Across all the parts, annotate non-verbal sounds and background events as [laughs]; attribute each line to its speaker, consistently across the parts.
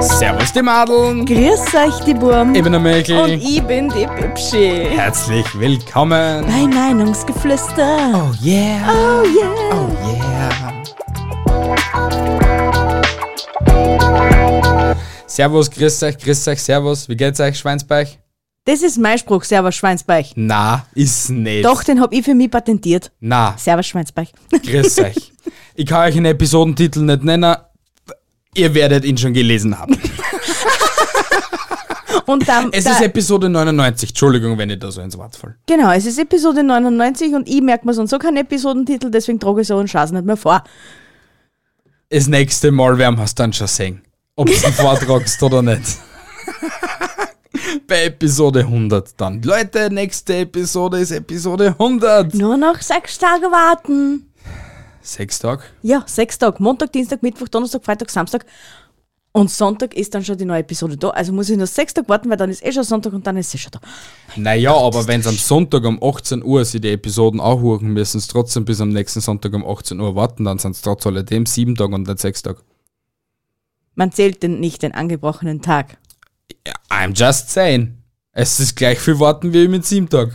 Speaker 1: Servus die Madeln,
Speaker 2: Grüß euch, die Burm.
Speaker 1: ich bin der Mäkel.
Speaker 2: Und ich bin die Pipschi.
Speaker 1: Herzlich willkommen.
Speaker 2: Bei Meinungsgeflüster.
Speaker 1: Oh yeah,
Speaker 2: Oh yeah.
Speaker 1: oh yeah. Servus, grüß euch, grüß euch, servus. Wie geht's euch, Schweinsbeich?
Speaker 2: Das ist mein Spruch, Servus Schweinsbeich.
Speaker 1: Na, ist nicht.
Speaker 2: Doch, den hab ich für mich patentiert.
Speaker 1: Na, [laughs]
Speaker 2: Servus Schweinsbeich. [laughs]
Speaker 1: grüß euch. ich kann euch einen Episodentitel nicht nennen. Ihr werdet ihn schon gelesen haben.
Speaker 2: Und dann,
Speaker 1: Es
Speaker 2: da,
Speaker 1: ist Episode 99. Entschuldigung, wenn ich da so ins Wort fall.
Speaker 2: genau, es ist Episode 99 und ich merke mir sonst so keinen Episodentitel, deswegen trage ich so einen Schaß nicht mehr vor.
Speaker 1: Das nächste Mal werden wir es dann schon sehen. Ob du ihn vortragst oder nicht. Bei Episode 100 dann. Leute, nächste Episode ist Episode 100.
Speaker 2: Nur noch sechs Tage warten.
Speaker 1: Sechs Tage.
Speaker 2: Ja, sechs Tage. Montag, Dienstag, Mittwoch, Donnerstag, Freitag, Samstag. Und Sonntag ist dann schon die neue Episode da. Also muss ich nur sechs Tage warten, weil dann ist eh schon Sonntag und dann ist sie schon da.
Speaker 1: Naja, aber wenn es am Sonntag um 18 Uhr sie die Episoden anhören, müssen sie trotzdem bis am nächsten Sonntag um 18 Uhr warten. Dann sind es trotz alledem sieben Tage und nicht sechs Tage.
Speaker 2: Man zählt den nicht den angebrochenen Tag.
Speaker 1: I'm just saying. Es ist gleich viel warten wie mit sieben Tagen.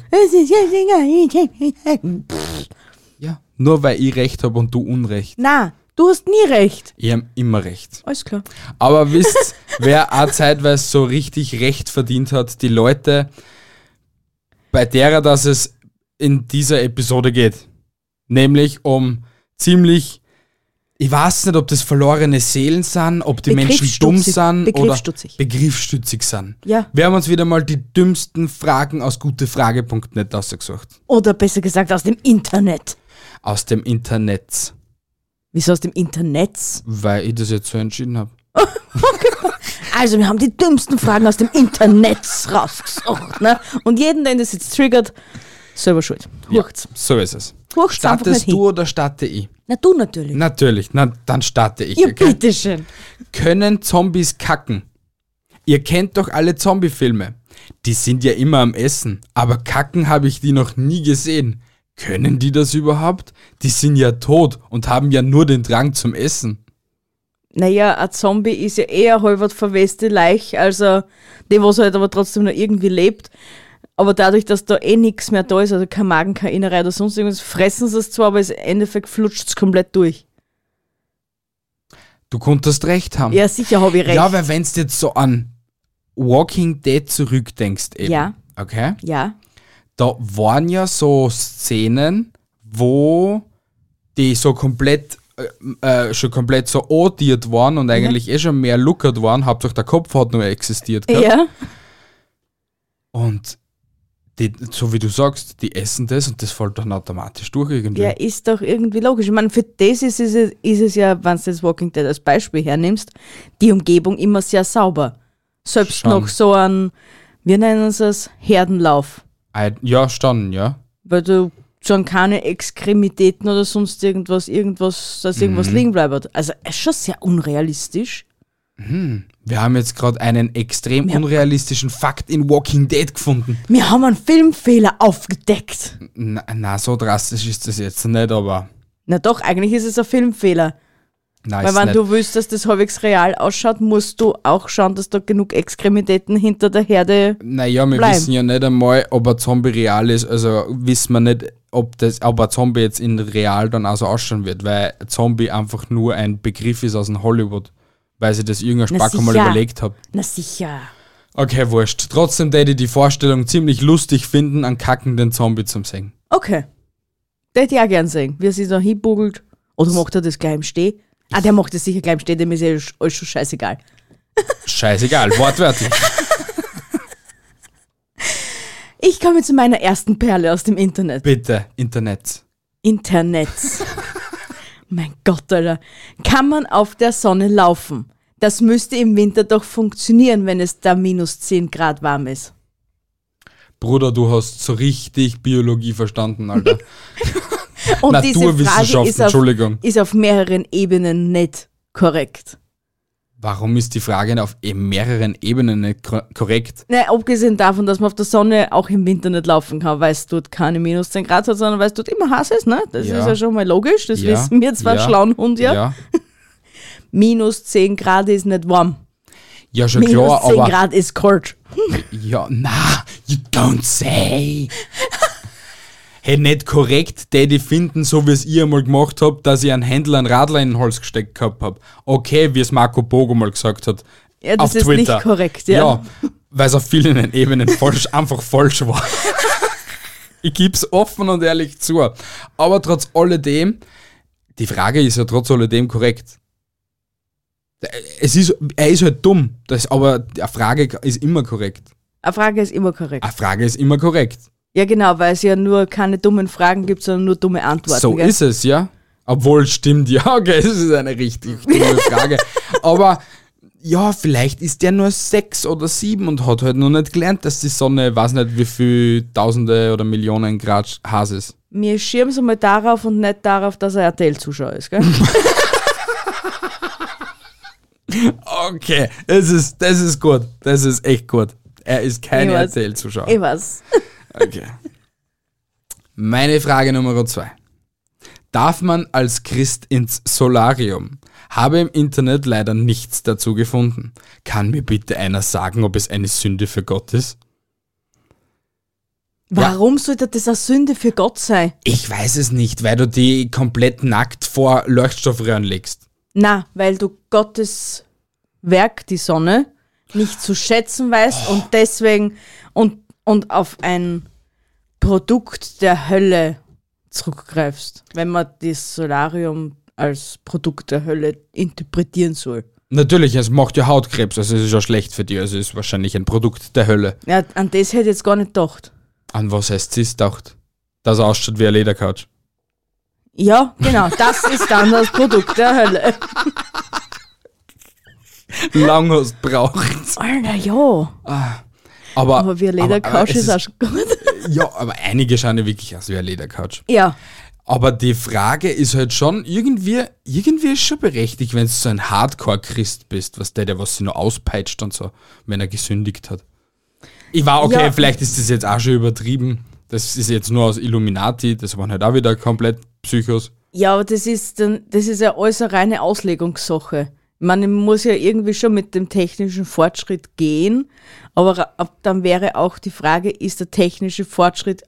Speaker 1: Ja. Nur weil ich recht habe und du Unrecht.
Speaker 2: Na, du hast nie recht.
Speaker 1: Ich habe immer recht.
Speaker 2: Alles klar.
Speaker 1: Aber wisst, wer auch zeitweise so richtig Recht verdient hat, die Leute, bei derer, dass es in dieser Episode geht. Nämlich um ziemlich, ich weiß nicht, ob das verlorene Seelen sind, ob die Menschen dumm
Speaker 2: Begriffsstutzig.
Speaker 1: sind oder
Speaker 2: Begriffsstutzig.
Speaker 1: begriffsstützig sind.
Speaker 2: Ja.
Speaker 1: Wir haben uns wieder mal die dümmsten Fragen aus gutefrage.net ausgesucht.
Speaker 2: Oder besser gesagt aus dem Internet.
Speaker 1: Aus dem Internet,
Speaker 2: Wieso aus dem [laughs] Internet?
Speaker 1: weil ich das jetzt so entschieden habe.
Speaker 2: Also, wir haben die dümmsten Fragen aus dem Internet rausgesucht. Ne? Und jeden, den das jetzt triggert, selber schuld. Hurcht's.
Speaker 1: So ist es.
Speaker 2: Hurcht's einfach nicht
Speaker 1: Startest du
Speaker 2: hin.
Speaker 1: oder starte ich?
Speaker 2: Na, du natürlich.
Speaker 1: Natürlich, na, dann starte ich.
Speaker 2: ja,
Speaker 1: okay?
Speaker 2: bitteschön.
Speaker 1: Können Zombies kacken? Ihr kennt doch alle Zombie-Filme. Die sind ja immer am Essen, aber kacken habe ich die noch nie gesehen. Können die das überhaupt? Die sind ja tot und haben ja nur den Drang zum Essen.
Speaker 2: Naja, ein Zombie ist ja eher halbert verweste Leich, also die, was halt aber trotzdem noch irgendwie lebt. Aber dadurch, dass da eh nichts mehr da ist, also kein Magen, keine Innerei oder sonst irgendwas, fressen sie es zwar, aber im Endeffekt flutscht es komplett durch.
Speaker 1: Du konntest recht haben.
Speaker 2: Ja, sicher habe ich recht.
Speaker 1: Ja, weil wenn du jetzt so an Walking Dead zurückdenkst eben.
Speaker 2: Ja.
Speaker 1: Okay.
Speaker 2: ja.
Speaker 1: da waren ja so Szenen, wo die so komplett äh, äh, schon komplett so odiert waren
Speaker 2: Mhm.
Speaker 1: und eigentlich eh schon mehr lookert waren, hauptsächlich der Kopf hat nur existiert.
Speaker 2: Ja.
Speaker 1: Gehabt. Und die, so wie du sagst, die essen das und das fällt dann automatisch durch irgendwie.
Speaker 2: Ja, ist doch irgendwie logisch. Ich meine, für das ist es, ist es ja, wenn du das Walking Dead als Beispiel hernimmst, die Umgebung immer sehr sauber. Selbst
Speaker 1: Schon.
Speaker 2: noch so ein, wir nennen es als Herdenlauf.
Speaker 1: Ein- ja, standen, ja.
Speaker 2: weil du schon keine Extremitäten oder sonst irgendwas, irgendwas, dass irgendwas
Speaker 1: Mhm.
Speaker 2: liegen bleibt. Also es ist schon sehr unrealistisch.
Speaker 1: Wir haben jetzt gerade einen extrem unrealistischen Fakt in Walking Dead gefunden.
Speaker 2: Wir haben einen Filmfehler aufgedeckt.
Speaker 1: Na, na so drastisch ist das jetzt nicht, aber
Speaker 2: Na doch, eigentlich ist es ein Filmfehler.
Speaker 1: nein,
Speaker 2: Weil
Speaker 1: ist
Speaker 2: wenn
Speaker 1: nicht.
Speaker 2: du willst, dass das halbwegs real ausschaut, musst du auch schauen, dass da genug Extremitäten hinter der Herde.
Speaker 1: Naja, wir
Speaker 2: bleiben.
Speaker 1: wissen ja nicht einmal, ob ein Zombie real ist. Also wissen wir nicht, ob, das, ob ein Zombie jetzt in real dann auch so ausschauen wird, weil Zombie einfach nur ein Begriff ist aus dem Hollywood, weil sie das irgendein
Speaker 2: Na
Speaker 1: Spack mal
Speaker 2: sicher.
Speaker 1: überlegt hat.
Speaker 2: Na sicher.
Speaker 1: Okay, wurscht. Trotzdem würde ich die Vorstellung ziemlich lustig finden, einen kackenden Zombie zum Singen.
Speaker 2: Okay. Das hätte ich auch gern sehen, wie er sich da hinbugelt. Oder macht er das gleich im Steh? Ah, der macht das sicher gleich im Steh, dem ist ja sch- alles schon scheißegal. [laughs]
Speaker 1: Scheißegal, wortwörtlich.
Speaker 2: Ich komme zu meiner ersten Perle aus dem Internet.
Speaker 1: Bitte, Internet. [laughs]
Speaker 2: Internets. mein Gott, Alter. Kann man auf der Sonne laufen? Das müsste im Winter doch funktionieren, wenn es da minus 10 Grad warm ist.
Speaker 1: Bruder, du hast so richtig Biologie verstanden,
Speaker 2: [laughs]
Speaker 1: Alter.
Speaker 2: Und
Speaker 1: Naturwissenschaften,
Speaker 2: diese Frage ist
Speaker 1: Entschuldigung.
Speaker 2: auf, ist auf mehreren Ebenen nicht korrekt.
Speaker 1: Warum ist die Frage auf eh mehreren Ebenen nicht kor- korrekt?
Speaker 2: Naja, abgesehen davon, dass man auf der Sonne auch im Winter nicht laufen kann, weil es dort keine minus 10 Grad hat, sondern weil es dort immer heiß ist, ne? Das
Speaker 1: Ja.
Speaker 2: ist ja schon mal logisch, das
Speaker 1: Ja,
Speaker 2: wissen wir zwar
Speaker 1: ja,
Speaker 2: schlauen Hund ja. Minus 10 Grad ist nicht warm.
Speaker 1: Ja, schon
Speaker 2: Minus
Speaker 1: klar,
Speaker 2: 10
Speaker 1: aber.
Speaker 2: Grad ist kalt.
Speaker 1: Ja, na, you don't say. hey, nicht korrekt, Daddy finden, so wie es ihr einmal gemacht habt, dass ich einen Händler ein Radler in den Hals gesteckt gehabt hab. Okay, wie es Marco Bogo mal gesagt hat.
Speaker 2: Ja, das
Speaker 1: auf
Speaker 2: ist
Speaker 1: Twitter.
Speaker 2: nicht korrekt, ja.
Speaker 1: weil es auf vielen Ebenen falsch, einfach falsch war. ich gib's offen und ehrlich zu. Aber trotz alledem, die Frage ist ja trotz alledem korrekt. Äh, Es ist, er ist halt dumm, das, aber eine Frage ist immer korrekt.
Speaker 2: Eine Frage ist immer korrekt.
Speaker 1: Eine Ah, Frage ist immer korrekt.
Speaker 2: Ja, genau, weil es ja nur keine dummen Fragen gibt, sondern nur dumme Antworten.
Speaker 1: so
Speaker 2: gell?
Speaker 1: ist es, ja. Obwohl, stimmt, ja, [laughs] okay, es ist eine richtig
Speaker 2: [laughs]
Speaker 1: dumme Frage. Aber ja, vielleicht ist der nur sechs oder sieben und hat halt noch nicht gelernt, dass die Sonne, weiß nicht, wie viel Tausende oder Millionen Grad Haas ist.
Speaker 2: Wir schirmen es einmal darauf und nicht darauf, dass er RTL-Zuschauer ist, gell?
Speaker 1: Okay, das ist, das ist gut. Das ist echt gut. Er ist kein
Speaker 2: Ich weiß.
Speaker 1: RTL-Zuschauer.
Speaker 2: ich weiß.
Speaker 1: Okay. Meine Frage Nummer zwei. Darf man als Christ ins Solarium? Habe im Internet leider nichts dazu gefunden. Kann mir bitte einer sagen, ob es eine Sünde für Gott ist?
Speaker 2: Warum sollte das eine Sünde für Gott sein?
Speaker 1: Ich weiß es nicht, weil du die komplett nackt vor Leuchtstoffröhren legst.
Speaker 2: Na, weil du Gottes Werk, die Sonne, nicht zu schätzen weißt und deswegen und, und auf ein Produkt der Hölle zurückgreifst, wenn man das Solarium als Produkt der Hölle interpretieren soll.
Speaker 1: Natürlich, es macht ja Hautkrebs, also es ist ja schlecht für dich, also es ist wahrscheinlich ein Produkt der Hölle.
Speaker 2: Ja, an das hätte ich jetzt gar nicht gedacht.
Speaker 1: An was heißt es dacht? Dass er ausschaut wie eine Ledercouch.
Speaker 2: Ja, genau, das ist dann das Produkt der Hölle.
Speaker 1: Lang hast braucht.
Speaker 2: Alter, ja.
Speaker 1: Aber,
Speaker 2: Aber wie eine
Speaker 1: aber- aber
Speaker 2: Ledercouch
Speaker 1: es
Speaker 2: ist auch schon gut.
Speaker 1: Ja, aber einige schauen ja wirklich aus wie eine Ledercouch.
Speaker 2: Ja,
Speaker 1: Aber die Frage ist halt schon irgendwie, irgendwie ist schon berechtigt, wenn du so ein Hardcore-Christ bist, was der, der was sie nur auspeitscht und so, wenn er gesündigt hat. Ich war, okay,
Speaker 2: Ja.
Speaker 1: vielleicht ist das jetzt auch schon übertrieben. Das ist jetzt nur aus Illuminati, das waren halt auch wieder komplett Psychos.
Speaker 2: Ja, aber das ist, dann, das ist ja alles eine reine Auslegungssache. Ich meine, man muss ja irgendwie schon mit dem technischen Fortschritt gehen, aber ra- ab- dann wäre auch die Frage, ist der technische Fortschritt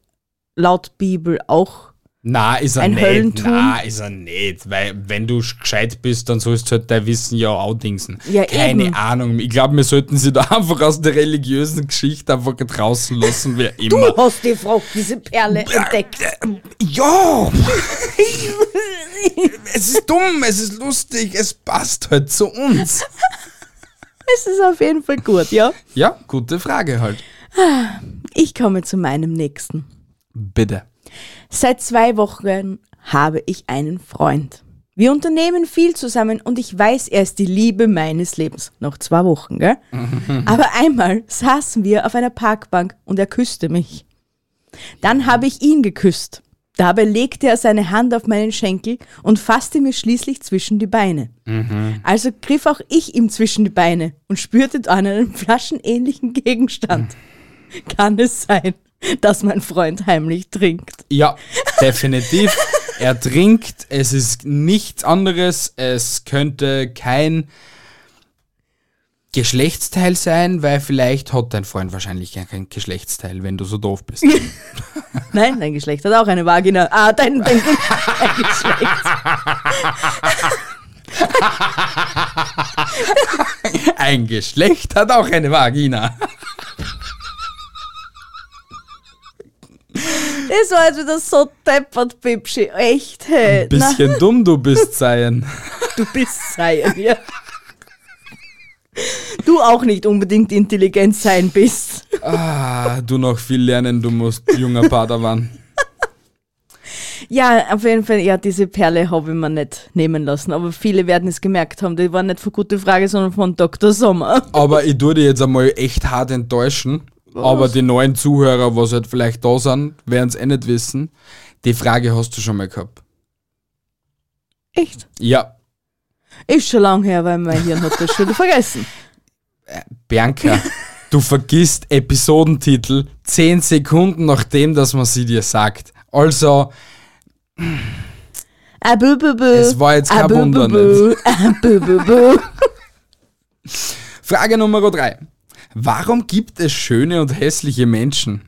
Speaker 2: laut Bibel auch?
Speaker 1: Na, ist er
Speaker 2: Ein
Speaker 1: nicht.
Speaker 2: Höllentum?
Speaker 1: Na, ist er nicht. Weil, wenn du sch- gescheit bist, dann sollst du halt dein Wissen ja auch dingsen.
Speaker 2: Ja,
Speaker 1: Keine
Speaker 2: eben.
Speaker 1: Ahnung. Ich glaube, wir sollten sie da [laughs] einfach aus der religiösen Geschichte einfach draußen lassen, wer immer.
Speaker 2: hast die Frau diese [laughs] Perle [laughs]
Speaker 1: Ja! es ist dumm, es ist lustig, es passt halt zu uns.
Speaker 2: Das ist auf jeden Fall gut, ja.
Speaker 1: Ja, gute Frage halt.
Speaker 2: Ich komme zu meinem nächsten.
Speaker 1: Bitte.
Speaker 2: Seit zwei Wochen habe ich einen Freund. Wir unternehmen viel zusammen und ich weiß, er ist die Liebe meines Lebens. Noch zwei Wochen, gell? Aber einmal saßen wir auf einer Parkbank und er küsste mich. Dann habe ich ihn geküsst. Dabei legte er seine Hand auf meinen Schenkel und fasste mir schließlich zwischen die Beine. Also griff auch ich ihm zwischen die Beine und spürte an einen flaschenähnlichen Gegenstand. Kann es sein, dass mein Freund heimlich trinkt?
Speaker 1: Ja, definitiv. er trinkt, es ist nichts anderes, es könnte kein Geschlechtsteil sein, weil vielleicht hat dein Freund wahrscheinlich gar kein Geschlechtsteil, wenn du so doof bist.
Speaker 2: Nein, dein Geschlecht hat auch eine Vagina. Ah, dein, dein, dein Geschlecht.
Speaker 1: Ein Geschlecht hat auch eine Vagina.
Speaker 2: Das war jetzt wieder so deppert, Pipschi. Echt, hey. Na,
Speaker 1: Bisschen dumm du bist, Seien.
Speaker 2: du bist sein, ja. Du auch nicht unbedingt intelligent sein bist.
Speaker 1: Ah, du noch viel lernen, du musst, junger Padawan.
Speaker 2: Ja, auf jeden Fall, ja, diese Perle habe ich mir nicht nehmen lassen. Aber viele werden es gemerkt haben. Die waren nicht von gute Frage, sondern von Dr. Sommer.
Speaker 1: Aber ich tue dich jetzt einmal echt hart enttäuschen. Aber die neuen Zuhörer, was halt vielleicht da sind, werden es eh nicht wissen. Die Frage hast du schon mal gehabt.
Speaker 2: Echt?
Speaker 1: Ja,
Speaker 2: Ist schon lang her, weil mein Hirn hat das schon wieder vergessen. [laughs]
Speaker 1: Bianca, du vergisst Episodentitel 10 Sekunden nachdem, dass man sie dir sagt. Also,
Speaker 2: Ah, bü, bü, bü.
Speaker 1: Es war jetzt kein
Speaker 2: bü,
Speaker 1: Wunder,
Speaker 2: bü, bü. Ah, bü, bü, bü.
Speaker 1: Frage Nummer 3. Warum gibt es schöne und hässliche Menschen?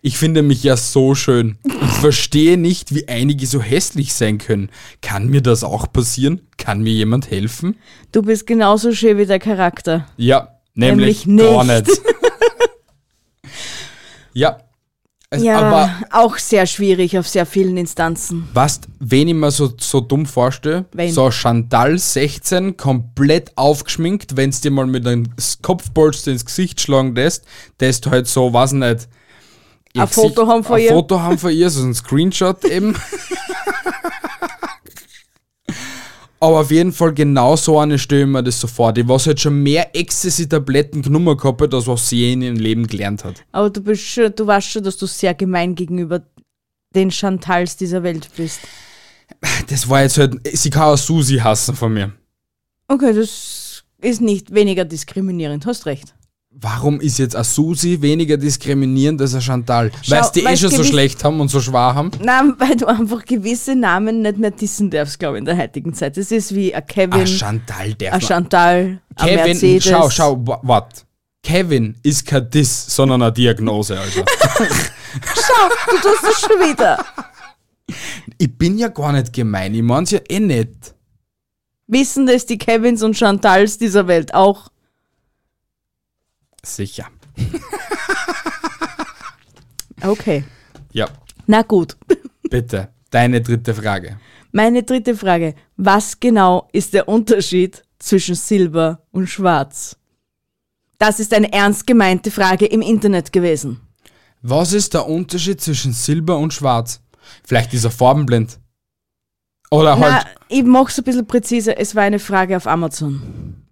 Speaker 1: Ich finde mich ja so schön und verstehe nicht, wie einige so hässlich sein können. Kann mir das auch passieren? Kann mir jemand helfen?
Speaker 2: Du bist genauso schön wie der Charakter.
Speaker 1: Ja, nämlich,
Speaker 2: Nämlich
Speaker 1: gar
Speaker 2: nicht.
Speaker 1: nicht.
Speaker 2: [laughs]
Speaker 1: ja. Also,
Speaker 2: Ja,
Speaker 1: Aber
Speaker 2: auch sehr schwierig auf sehr vielen Instanzen.
Speaker 1: was, wen ich mir so, so dumm vorstelle,
Speaker 2: Wen?
Speaker 1: so Chantal 16, komplett aufgeschminkt, wenn dir mal mit einem Kopfbolster ins Gesicht schlagen lässt, das ist halt so, weiß nicht. ihr
Speaker 2: Ein
Speaker 1: Gesicht-
Speaker 2: Foto haben von ihr.
Speaker 1: Ein Foto haben von ihr, so ein
Speaker 2: [laughs]
Speaker 1: Screenshot eben. Aber auf jeden Fall genau so eine stelle ich mir das so vor. Die, was halt schon mehr Ecstasy-Tabletten genommen gehabt hat, als was sie je in ihrem Leben gelernt hat.
Speaker 2: Aber du, bist schon, du weißt schon, dass du sehr gemein gegenüber den Chantals dieser Welt bist.
Speaker 1: Das war jetzt halt, sie kann auch Susi hassen von mir.
Speaker 2: Okay, das ist nicht weniger diskriminierend, hast recht.
Speaker 1: Warum ist jetzt eine Susi weniger diskriminierend als eine Chantal?
Speaker 2: Schau,
Speaker 1: Weil es die eh
Speaker 2: weil's
Speaker 1: schon so
Speaker 2: gewiss-
Speaker 1: schlecht haben und so schwach haben.
Speaker 2: Nein, [laughs] weil du einfach gewisse Namen nicht mehr dissen darfst, glaube ich, in der heutigen Zeit. Das ist wie ein
Speaker 1: Eine
Speaker 2: Kevin,
Speaker 1: Chantal darf
Speaker 2: ein
Speaker 1: man.
Speaker 2: Chantal, ein
Speaker 1: Kevin,
Speaker 2: Mercedes.
Speaker 1: schau, schau, wa- wart. Kevin ist kein Diss, sondern eine Diagnose, also.
Speaker 2: [laughs]
Speaker 1: Alter.
Speaker 2: Schau, [laughs] du tust das schon wieder.
Speaker 1: ich bin ja gar nicht gemein, ich mein's ja eh nicht.
Speaker 2: Wissen das die Kevins und Chantals dieser Welt auch?
Speaker 1: Sicher.
Speaker 2: Okay,
Speaker 1: Ja,
Speaker 2: na gut.
Speaker 1: bitte. Deine dritte Frage.
Speaker 2: Meine dritte Frage. Was genau ist der Unterschied zwischen Silber und Schwarz? Das ist eine ernst gemeinte Frage im Internet gewesen.
Speaker 1: Was ist der Unterschied zwischen Silber und Schwarz? Vielleicht ist er farbenblind. Oder halt
Speaker 2: Na, ich mach's ein bisschen präziser. Es war eine Frage auf Amazon.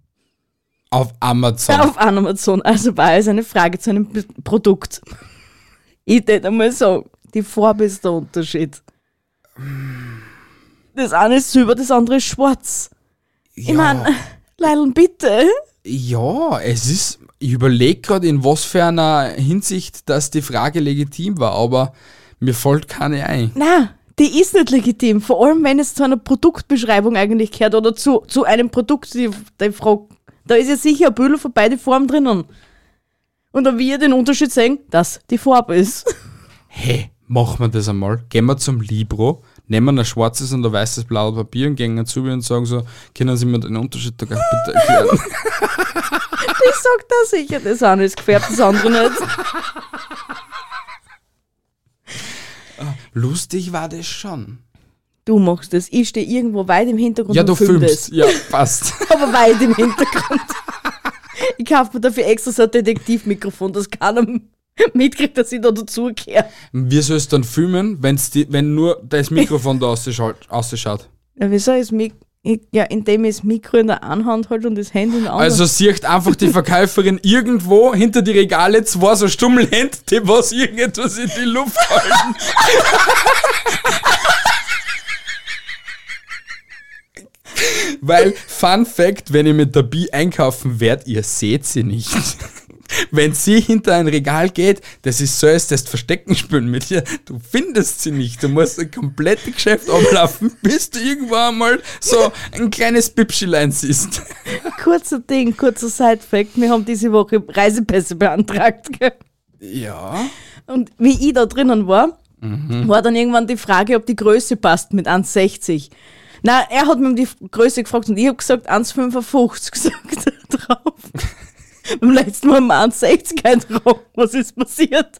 Speaker 1: auf Amazon.
Speaker 2: Auf Amazon. Also war es eine Frage zu einem P- Produkt. Ich tät einmal sagen, die Farbe ist der Unterschied. Das eine ist silber, das andere ist schwarz. Ich meine, Leilon, bitte.
Speaker 1: Ja, es ist. Ich überlege gerade, in was für einer Hinsicht, dass die Frage legitim war, aber mir fällt keine ein.
Speaker 2: Na, die ist nicht legitim. Vor allem, wenn es zu einer Produktbeschreibung eigentlich gehört oder zu, zu einem Produkt, die, die Frau, da ist ja sicher ein Büdel für beide Formen drinnen. Und da wir den Unterschied sehen, dass die Farbe ist. [laughs]
Speaker 1: Hey, machen wir das einmal. Gehen wir zum Libro, nehmen ein schwarzes und ein weißes blaues Papier und gehen zu mir und sagen so: Können Sie mir den Unterschied da gleich bitte [laughs] erklären?
Speaker 2: Ich sag da sicher, das eine ist gefärbt, das andere nicht.
Speaker 1: Lustig war das schon.
Speaker 2: Du machst das. Ich stehe irgendwo weit im Hintergrund
Speaker 1: ja,
Speaker 2: und
Speaker 1: du
Speaker 2: film
Speaker 1: filmst. Ja, passt.
Speaker 2: das. [laughs] Aber weit im Hintergrund. Ich kaufe mir dafür extra so ein Detektivmikrofon, dass keiner mitkriegt, dass ich da dazugehöre.
Speaker 1: Wie sollst du dann filmen, wenn's die, wenn nur das Mikrofon da ausschaut? ausschaut?
Speaker 2: Ja, wieso ist Mik ich- ja, indem ich das Mikro in der einen Hand halte und das Handy in der anderen.
Speaker 1: Also sieht einfach die Verkäuferin [laughs] irgendwo hinter die Regale zwei so Stummlhände, die was irgendwas in die Luft halten. [laughs] Weil, Fun Fact, wenn ihr mit der Bi einkaufen werdet, ihr seht sie nicht. [laughs] Wenn sie hinter ein Regal geht, das ist so, als das Verstecken spielen mit ihr. Du findest sie nicht. Du musst ein komplettes Geschäft ablaufen, [laughs] bis du irgendwo einmal so ein kleines Bipschilein siehst.
Speaker 2: kurzer Ding, kurzer Side-Fact. Wir haben diese Woche Reisepässe beantragt. Gell?
Speaker 1: Ja.
Speaker 2: Und wie ich da drinnen war, war dann irgendwann die Frage, ob die Größe passt mit 1,60. Na, er hat mir um die Größe gefragt und ich habe gesagt 1,55 [laughs] gesagt drauf. [laughs] Beim letzten Mal haben wir 1,60 eintragen. Was ist passiert? [laughs]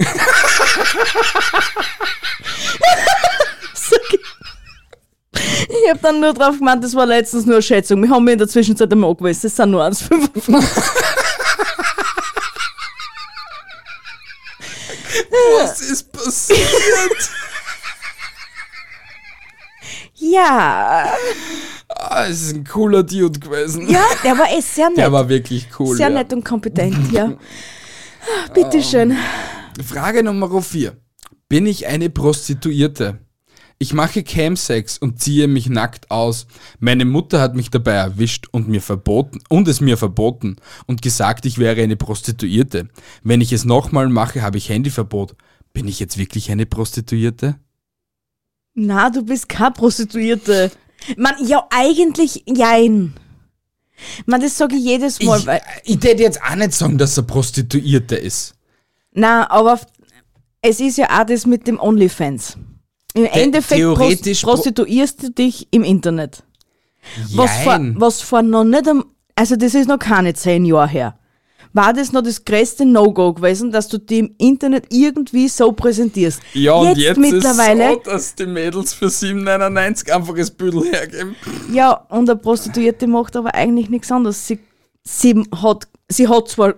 Speaker 2: Sag ich ich habe dann nur drauf gemeint, das war letztens nur eine Schätzung. Wir haben mich in der Zwischenzeit einmal angewiesen, das sind nur 1,55. [laughs]
Speaker 1: Was ist passiert?
Speaker 2: Ja,
Speaker 1: Ah, es ist ein cooler Dude gewesen.
Speaker 2: ja, der war eh sehr nett.
Speaker 1: [laughs] Der war wirklich cool.
Speaker 2: sehr
Speaker 1: ja.
Speaker 2: nett und kompetent,
Speaker 1: [laughs]
Speaker 2: ja. Ah, Bitteschön.
Speaker 1: Frage Nummer 4. Bin ich eine Prostituierte? Ich mache Camsex und ziehe mich nackt aus. Meine Mutter hat mich dabei erwischt und mir verboten und es mir verboten und gesagt, ich wäre eine Prostituierte. Wenn ich es nochmal mache, habe ich Handyverbot. Bin ich jetzt wirklich eine Prostituierte?
Speaker 2: Na, du bist keine Prostituierte. Man, ja, eigentlich jein. Man, das sage ich jedes Mal.
Speaker 1: Ich,
Speaker 2: weil,
Speaker 1: ich täte jetzt auch nicht sagen, dass er Prostituierte ist.
Speaker 2: na, aber f- es ist ja auch das mit dem OnlyFans. Im Endeffekt
Speaker 1: theoretisch
Speaker 2: prost- prostituierst du dich im Internet. Was vor,
Speaker 1: Jein.
Speaker 2: was vor noch nicht am, also das ist noch keine zehn Jahre her. War das noch das größte No-Go gewesen, dass du die im Internet irgendwie so präsentierst?
Speaker 1: Ja, und jetzt
Speaker 2: mittlerweile,
Speaker 1: ist so, dass die Mädels für 7,99 einfach das Büdel hergeben.
Speaker 2: ja, und eine Prostituierte macht aber eigentlich nichts anderes. Sie, sie, hat, sie hat zwar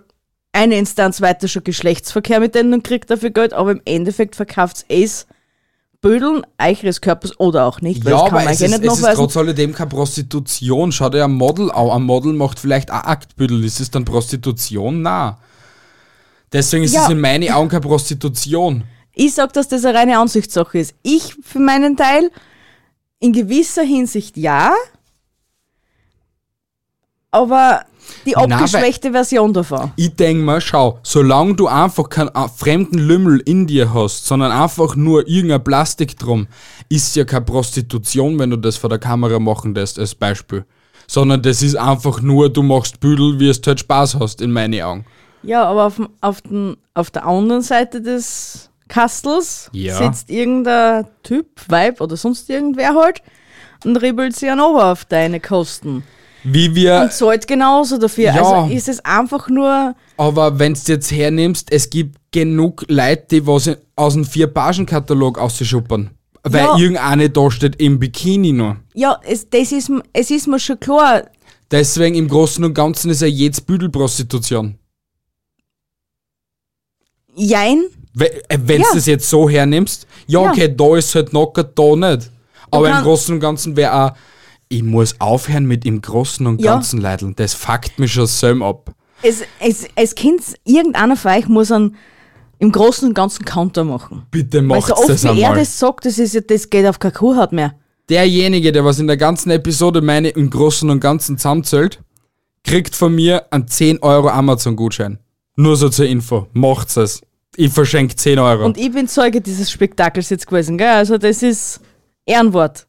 Speaker 2: eine Instanz weiter schon Geschlechtsverkehr mit denen und kriegt dafür Geld, aber im Endeffekt verkauft es Bödeln, eures Körpers oder auch nicht, weil
Speaker 1: Ja,
Speaker 2: das kann
Speaker 1: aber
Speaker 2: man
Speaker 1: es
Speaker 2: eigentlich
Speaker 1: ist,
Speaker 2: nicht
Speaker 1: es ist
Speaker 2: nachweisen.
Speaker 1: trotz alledem keine Prostitution. Schau dir ein Model an. Ein Model macht vielleicht ein Aktbüdel. Ist es dann Prostitution? Na. Deswegen ist
Speaker 2: Ja.
Speaker 1: es in meinen Augen keine Prostitution.
Speaker 2: Ich sag, dass das eine reine Ansichtssache ist. Ich für meinen Teil in gewisser Hinsicht ja, aber die
Speaker 1: Nein, weil-
Speaker 2: abgeschwächte Version davon.
Speaker 1: Ich denke mal, schau, solange du einfach keinen äh, fremden Lümmel in dir hast, sondern einfach nur irgendein Plastik drum, ist ja keine Prostitution, wenn du das vor der Kamera machen lässt, als Beispiel. Sondern das ist einfach nur, du machst Büdel, wie es du halt Spaß hast, in meinen Augen.
Speaker 2: Ja, aber auf, dem- auf, den, auf der anderen Seite des Kastels
Speaker 1: Ja.
Speaker 2: sitzt irgendein Typ, Weib oder sonst irgendwer halt und ribbelt sie an Ober auf deine Kosten.
Speaker 1: Wie wir
Speaker 2: Und zahlt genauso dafür.
Speaker 1: Ja.
Speaker 2: Also ist es einfach nur,
Speaker 1: Aber wenn du jetzt hernimmst, es gibt genug Leute, die was aus dem Vier-Pagen-Katalog ausschuppern. Weil
Speaker 2: Ja.
Speaker 1: irgendeine da steht im Bikini noch.
Speaker 2: ja, es, das ist, m- es ist mir schon klar,
Speaker 1: Deswegen im Großen und Ganzen ist ja jedes Büdel Prostitution.
Speaker 2: jein,
Speaker 1: Wenn du
Speaker 2: Ja.
Speaker 1: äh, das jetzt so hernimmst, ja,
Speaker 2: Ja.
Speaker 1: okay, da ist halt knockert, da nicht. Aber im
Speaker 2: kann-
Speaker 1: Großen und Ganzen wäre auch, ich muss aufhören mit im Großen und
Speaker 2: Ja.
Speaker 1: Ganzen leideln. Das fuckt mich schon selber ab.
Speaker 2: Es, es, es Kind, irgendeiner von euch muss einen im Großen und Ganzen Counter machen.
Speaker 1: Bitte
Speaker 2: Weil
Speaker 1: macht's
Speaker 2: so oft,
Speaker 1: das
Speaker 2: wie
Speaker 1: einmal.
Speaker 2: er das sagt, das, ist ja, das geht auf keine Kuhhaut mehr.
Speaker 1: derjenige, der was in der ganzen Episode meine im Großen und Ganzen zusammenzählt, kriegt von mir einen 10 Euro Amazon-Gutschein. Nur so zur Info. Macht's es. Ich verschenke 10 Euro.
Speaker 2: Und ich bin Zeuge dieses Spektakels jetzt gewesen, gell? Also, das ist Ehrenwort.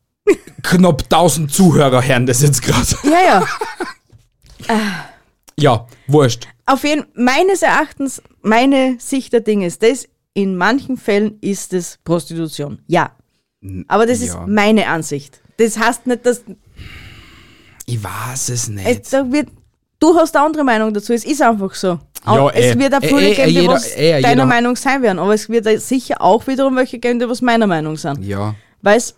Speaker 1: Knapp 1000 Zuhörer hören das jetzt gerade. [laughs]
Speaker 2: Ja, ja.
Speaker 1: Ja, wurscht.
Speaker 2: [laughs] auf jeden meines Erachtens, meine Sicht der Dinge ist das, in manchen Fällen ist es Prostitution. Ja. Aber das
Speaker 1: ja.
Speaker 2: ist meine Ansicht. Das heißt nicht, dass
Speaker 1: Ich weiß es nicht.
Speaker 2: es, da wird, du hast eine andere Meinung dazu, es ist einfach so.
Speaker 1: Ja,
Speaker 2: es
Speaker 1: eh.
Speaker 2: wird auch
Speaker 1: Eh,
Speaker 2: viele
Speaker 1: eh,
Speaker 2: geben, die
Speaker 1: jeder-
Speaker 2: was
Speaker 1: eh, jeder-
Speaker 2: deiner Meinung sein werden, aber es wird sicher auch wiederum welche geben, die was meiner Meinung sind,
Speaker 1: ja,
Speaker 2: weil es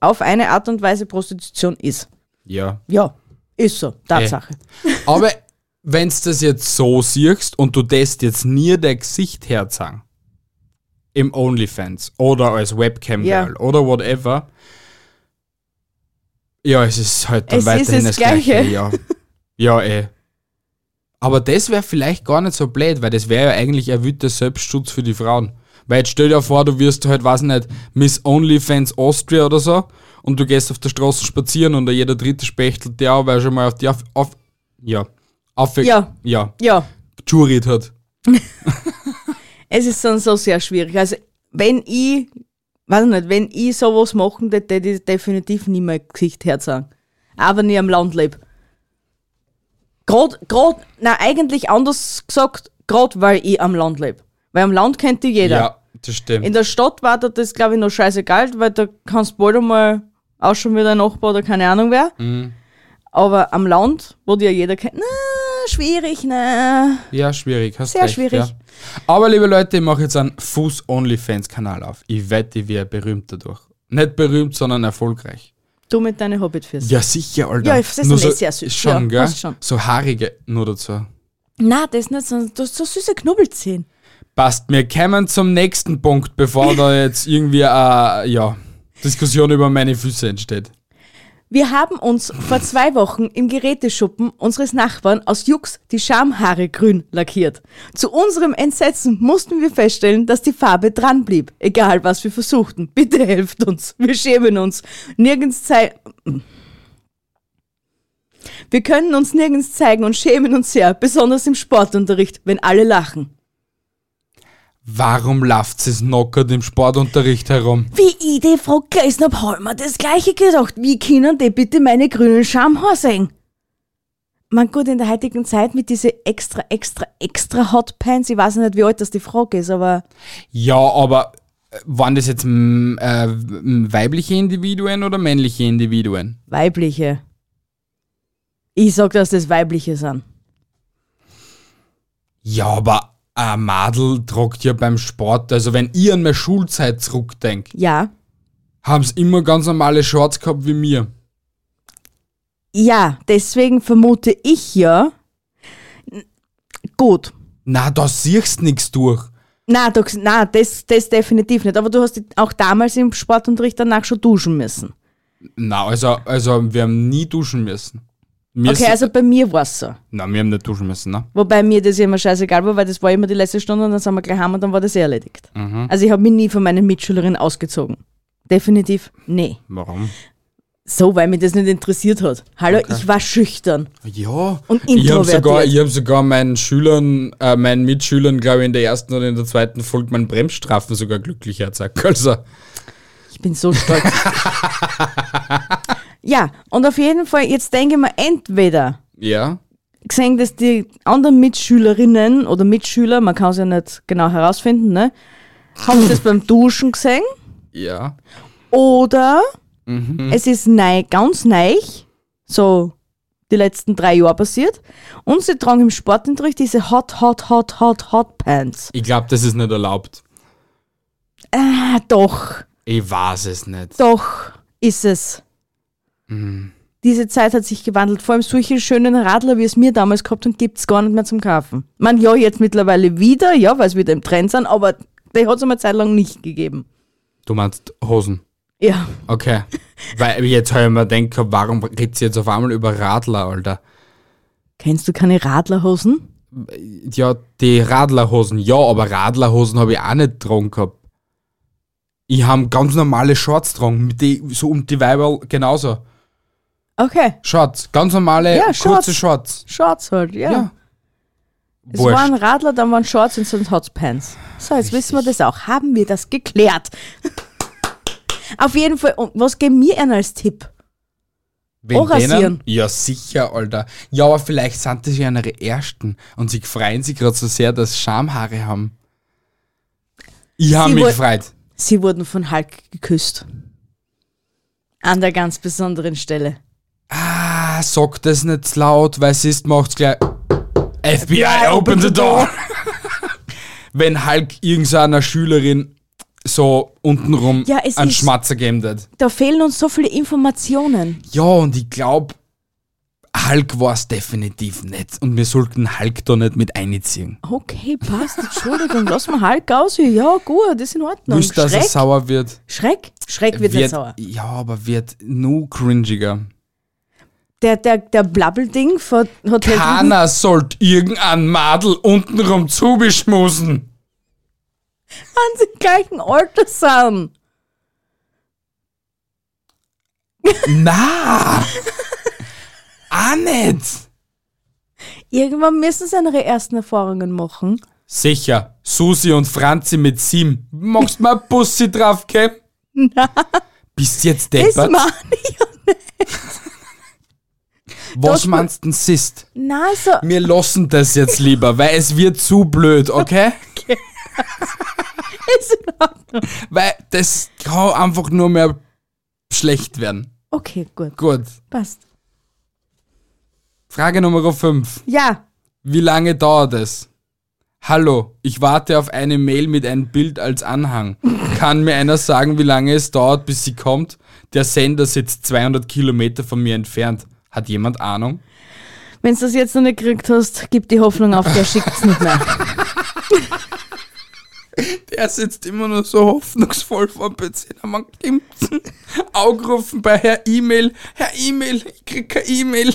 Speaker 2: auf eine Art und Weise Prostitution ist.
Speaker 1: ja.
Speaker 2: Ja, ist so,
Speaker 1: Eh.
Speaker 2: Tatsache.
Speaker 1: Aber wenn's das jetzt so siehst und du das jetzt nie dein Gesicht herzang, im OnlyFans oder als
Speaker 2: Ja.
Speaker 1: Webcam-Girl oder whatever, ja, es ist halt dann
Speaker 2: Es ist
Speaker 1: weiterhin das
Speaker 2: das
Speaker 1: Gleiche.
Speaker 2: Gleiche. [laughs]
Speaker 1: Ja, ja eh. Aber das wäre vielleicht gar nicht so blöd, weil das wäre ja eigentlich erwüter Selbstschutz für die Frauen. Weil jetzt stell dir vor, du wirst halt, weiß nicht, Miss Onlyfans Austria oder so und du gehst auf der Straße spazieren und jeder dritte spechtelt der, weil er schon mal auf die auf, auf ja, auf
Speaker 2: Ja.
Speaker 1: ja,
Speaker 2: Ja,
Speaker 1: Jurid hat.
Speaker 2: es ist dann so sehr schwierig. Also, wenn ich, weiß nicht, wenn ich sowas machen würde, hätte ich definitiv nie mein Gesicht herzahlen. Aber nie am Land lebe. Gerade, gerade, na eigentlich anders gesagt, gerade weil ich am Land lebe. Weil am Land kennt die jeder.
Speaker 1: Ja, das stimmt.
Speaker 2: In der Stadt war dir das, glaube ich, noch scheißegal, weil da kannst du bald einmal auch schon wieder ein Nachbar oder keine Ahnung wer. Aber am Land, wo dir ja jeder kennt, na, schwierig, na.
Speaker 1: Ja, schwierig. Hast
Speaker 2: Sehr
Speaker 1: recht,
Speaker 2: schwierig.
Speaker 1: Ja. Aber liebe Leute, ich mache jetzt einen Fuß-Onlyfans-Kanal auf. Ich wette, ich werde berühmt dadurch. Nicht berühmt, sondern erfolgreich.
Speaker 2: Du mit deinen Hobbitfüßen.
Speaker 1: Ja, sicher, Alter.
Speaker 2: Ja, ich- das ist eh sehr süß.
Speaker 1: Schon,
Speaker 2: Ja,
Speaker 1: gell?
Speaker 2: passt schon.
Speaker 1: So haarige nur dazu.
Speaker 2: Na, das nicht, sondern du hast so süße Knubbelzehen.
Speaker 1: Passt, wir kommen zum
Speaker 2: [laughs]
Speaker 1: äh, nächsten Punkt, bevor da jetzt irgendwie eine ja, Diskussion über meine Füße entsteht.
Speaker 2: Wir haben uns vor zwei Wochen im Geräteschuppen unseres Nachbarn aus Jux die Schamhaare grün lackiert. Zu unserem Entsetzen mussten wir feststellen, dass die Farbe dran blieb, egal was wir versuchten. Bitte helft uns, wir schämen uns. Nirgends zei wir können uns nirgends zeigen und schämen uns sehr, besonders im Sportunterricht, wenn alle lachen.
Speaker 1: Warum lauft es knockert im Sportunterricht herum?
Speaker 2: Wie ich die Frau Gleisner hab mir das gleiche gedacht. Wie können die bitte meine grünen Schamhaar sehen? Man gut, in der heutigen Zeit mit diese extra, extra, extra Hotpants, ich weiß nicht, wie alt das die Frage ist, aber
Speaker 1: Ja, aber äh, waren das jetzt mm, äh, mm, weibliche Individuen oder männliche Individuen?
Speaker 2: weibliche. Ich sag, dass das weibliche sind.
Speaker 1: Ja, aber ein Madel tragt ja beim Sport, also wenn ich an meine Schulzeit zurückdenke,
Speaker 2: Ja.
Speaker 1: haben sie immer ganz normale Shorts gehabt wie mir.
Speaker 2: Ja, deswegen vermute ich ja. N- Gut.
Speaker 1: Na, da siehst nix durch.
Speaker 2: Na, du, na, das, das definitiv nicht. Aber du hast auch damals im Sportunterricht danach schon duschen müssen.
Speaker 1: Na, also, also wir haben nie duschen müssen. Wir
Speaker 2: Okay,
Speaker 1: sind-
Speaker 2: also bei mir war es so.
Speaker 1: Nein, wir haben nicht duschen müssen, ne?
Speaker 2: Wobei mir das ja immer scheißegal war, weil das war immer die letzte Stunde und dann sind wir gleich heim und dann war das eh erledigt.
Speaker 1: Mhm.
Speaker 2: Also ich habe mich nie von meinen Mitschülerinnen ausgezogen. Definitiv, nee.
Speaker 1: Warum?
Speaker 2: So, weil mich das nicht interessiert hat. Hallo, ich war schüchtern.
Speaker 1: Ja.
Speaker 2: Und
Speaker 1: ich habe sogar,
Speaker 2: introvertiert.
Speaker 1: ich hab sogar meinen Schülern, äh, meinen Mitschülern, glaube ich, in der ersten oder in der zweiten Folge meinen Bremsstrafen sogar glücklich erzeugt. Also,
Speaker 2: Ich bin
Speaker 1: [laughs]
Speaker 2: so stolz. ja, und auf jeden Fall, jetzt denke ich mir, entweder
Speaker 1: ja.
Speaker 2: gesehen, dass die anderen Mitschülerinnen oder Mitschüler, man kann es ja nicht genau herausfinden, ne, haben das beim Duschen gesehen
Speaker 1: Ja.
Speaker 2: oder es ist nei, ganz neu, so die letzten drei Jahre passiert und sie tragen im Sportunterricht diese Hot, Hot, Hot, Hot, Hot Pants.
Speaker 1: Ich glaube, das ist nicht erlaubt.
Speaker 2: Ah, doch,
Speaker 1: Ich weiß es nicht.
Speaker 2: doch ist es. Diese Zeit hat sich gewandelt. Vor allem solche schönen Radler, wie es mir damals gehabt und gibt es gar nicht mehr zum Kaufen. Man ja jetzt mittlerweile wieder, ja, weil es wieder im Trend sind, aber die hat es eine Zeit lang nicht gegeben.
Speaker 1: Du meinst Hosen.
Speaker 2: Ja, [laughs]
Speaker 1: Okay. Weil jetzt habe ich mir gedacht, warum redet sie jetzt auf einmal über Radler, Alter?
Speaker 2: kennst du keine Radlerhosen?
Speaker 1: Ja, die Radlerhosen, ja, aber Radlerhosen habe ich auch nicht getragen gehabt. Ich habe ganz normale Shorts getragen, mit die, so um die Weiberl genauso.
Speaker 2: Okay,
Speaker 1: Shorts, ganz normale,
Speaker 2: Ja,
Speaker 1: kurze
Speaker 2: Shorts.
Speaker 1: Shorts.
Speaker 2: Shorts halt, ja.
Speaker 1: Ja.
Speaker 2: Es
Speaker 1: Wurscht.
Speaker 2: waren Radler, dann waren Shorts und sonst Hotpants. So, jetzt wissen wir das auch. Haben wir das geklärt? [laughs] Auf jeden Fall, und was geben mir einer als Tipp?
Speaker 1: Wen
Speaker 2: Auch
Speaker 1: denen?
Speaker 2: rasieren.
Speaker 1: Ja, sicher, Alter. Ja, aber vielleicht sind das ja ihre Ersten und sie freuen sich gerade so sehr, dass sie Schamhaare haben. Ich habe
Speaker 2: Sie
Speaker 1: mich
Speaker 2: woll-
Speaker 1: gefreut.
Speaker 2: Sie wurden von Hulk geküsst. An der ganz besonderen Stelle.
Speaker 1: Ah, sag das nicht zu laut, weil sie ist, macht's gleich. FBI, open the door! [laughs] Wenn Hulk irgendeiner Schülerin so untenrum
Speaker 2: Ja, es
Speaker 1: einen
Speaker 2: ist-
Speaker 1: Schmatzer gegeben hat.
Speaker 2: Da fehlen uns so viele Informationen.
Speaker 1: Ja, und ich glaube, Hulk war es definitiv nicht. Und wir sollten Hulk da nicht mit einziehen.
Speaker 2: Okay, passt. Entschuldigung, [laughs] lass mal Hulk aus. Ja, gut, ist in Ordnung.
Speaker 1: Wusst, dass er
Speaker 2: Schreck,
Speaker 1: sauer wird.
Speaker 2: Schreck, Schreck wird, nicht sauer.
Speaker 1: Ja, aber wird nur cringiger.
Speaker 2: Der, der, der Blabbelding von Hotel Rubin,
Speaker 1: Keiner sollte irgendein Madel untenrum zubeschmusen.
Speaker 2: [laughs] an sie im gleichen Alter sind.
Speaker 1: Na! Auch nicht!
Speaker 2: Irgendwann müssen sie ihre ersten Erfahrungen machen.
Speaker 1: Sicher, Susi und Franzi mit Sim. Machst mal ein Bussi drauf, gell? Na. Bist jetzt
Speaker 2: Das
Speaker 1: deppert?
Speaker 2: meine ich.
Speaker 1: Was
Speaker 2: das ma-
Speaker 1: meinst denn Sist?
Speaker 2: Nein, so,
Speaker 1: Wir lassen das jetzt lieber, weil es wird zu blöd, okay?
Speaker 2: ist in Ordnung.
Speaker 1: Weil das kann einfach nur mehr schlecht werden.
Speaker 2: Okay, gut,
Speaker 1: Gut.
Speaker 2: passt.
Speaker 1: Frage Nummer 5.
Speaker 2: Ja,
Speaker 1: Wie lange dauert es? Hallo, ich warte auf eine Mail mit einem Bild als Anhang. Kann mir einer sagen, wie lange es dauert, bis sie kommt? Der Sender sitzt 200 Kilometer von mir entfernt. Hat jemand Ahnung?
Speaker 2: wenn du das
Speaker 1: [laughs]
Speaker 2: jetzt noch nicht gekriegt hast, gib die Hoffnung auf, der schickt es nicht mehr.
Speaker 1: Der sitzt immer nur so hoffnungsvoll vor dem PC. Na, man klimmt's. Aufgerufen bei Herr E-Mail. Herr E-Mail, ich krieg kein E-Mail.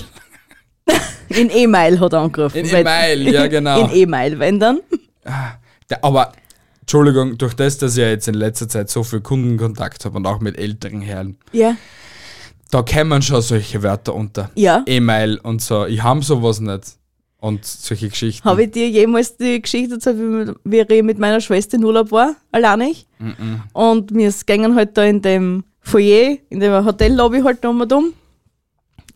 Speaker 2: In E-Mail hat er angerufen.
Speaker 1: In
Speaker 2: weil-
Speaker 1: E-Mail,
Speaker 2: [laughs]
Speaker 1: ja, genau.
Speaker 2: In E- E-Mail, wenn dann.
Speaker 1: Ja, aber, Entschuldigung, durch das, dass ich ja jetzt in letzter Zeit so viel Kundenkontakt habe und auch mit älteren Herren,
Speaker 2: Ja.
Speaker 1: da kämen schon solche Wörter unter.
Speaker 2: Ja.
Speaker 1: E-Mail und so. Ich habe sowas nicht. Und solche Geschichten.
Speaker 2: Habe ich dir jemals die Geschichte erzählt, wie mit- wie ich mit meiner Schwester in Urlaub war, alleine? Und wir gingen halt da in dem Foyer, in dem Hotellobby halt nochmal dumm.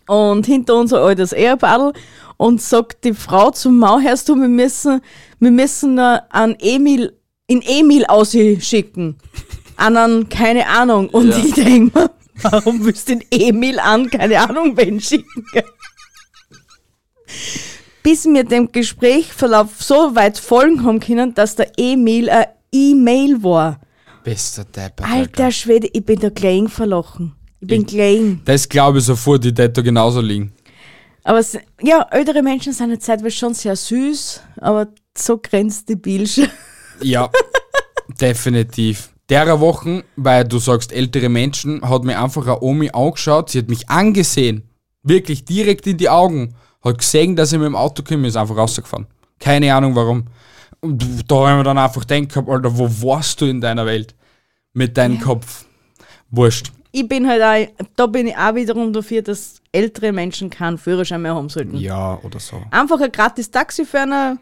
Speaker 2: Und hinter uns ein altes Ehepaarl und sagt die Frau zum Mau, hörst du, wir müssen, wir müssen äh, an Emil, in Emil ausschicken. [laughs] An einen, keine Ahnung. Und ich denke mir, warum willst du den Emil an, keine Ahnung, wen schicken? gell? bis wir dem Gesprächverlauf so weit folgen haben können, dass der E-Mail ein E-Mail war.
Speaker 1: Bist du Depp,
Speaker 2: Alter Schwede, ich bin da klein verlochen. Ich bin
Speaker 1: Ich-
Speaker 2: klein.
Speaker 1: Das glaube ich sofort, die Detto genauso liegen.
Speaker 2: Aber es, ja, ältere Menschen sind ja zeitweise schon sehr süß, aber so grenzt die Bilsche. [laughs]
Speaker 1: Ja, definitiv. Derer Wochen, weil du sagst, ältere Menschen, hat mir einfach eine Omi angeschaut, sie hat mich angesehen. Wirklich direkt in die Augen. Hat gesehen, dass ich mit dem Auto komme, ist einfach rausgefahren. Keine Ahnung warum. Und da habe ich mir dann einfach gedacht, gehabt, Alter, wo warst du in deiner Welt? Mit deinem Kopf. Wurscht.
Speaker 2: Ich bin halt auch, da bin ich auch wiederum dafür, dass ältere Menschen keinen Führerschein mehr haben sollten.
Speaker 1: Ja, oder so.
Speaker 2: Einfach ein gratis Taxi für einen,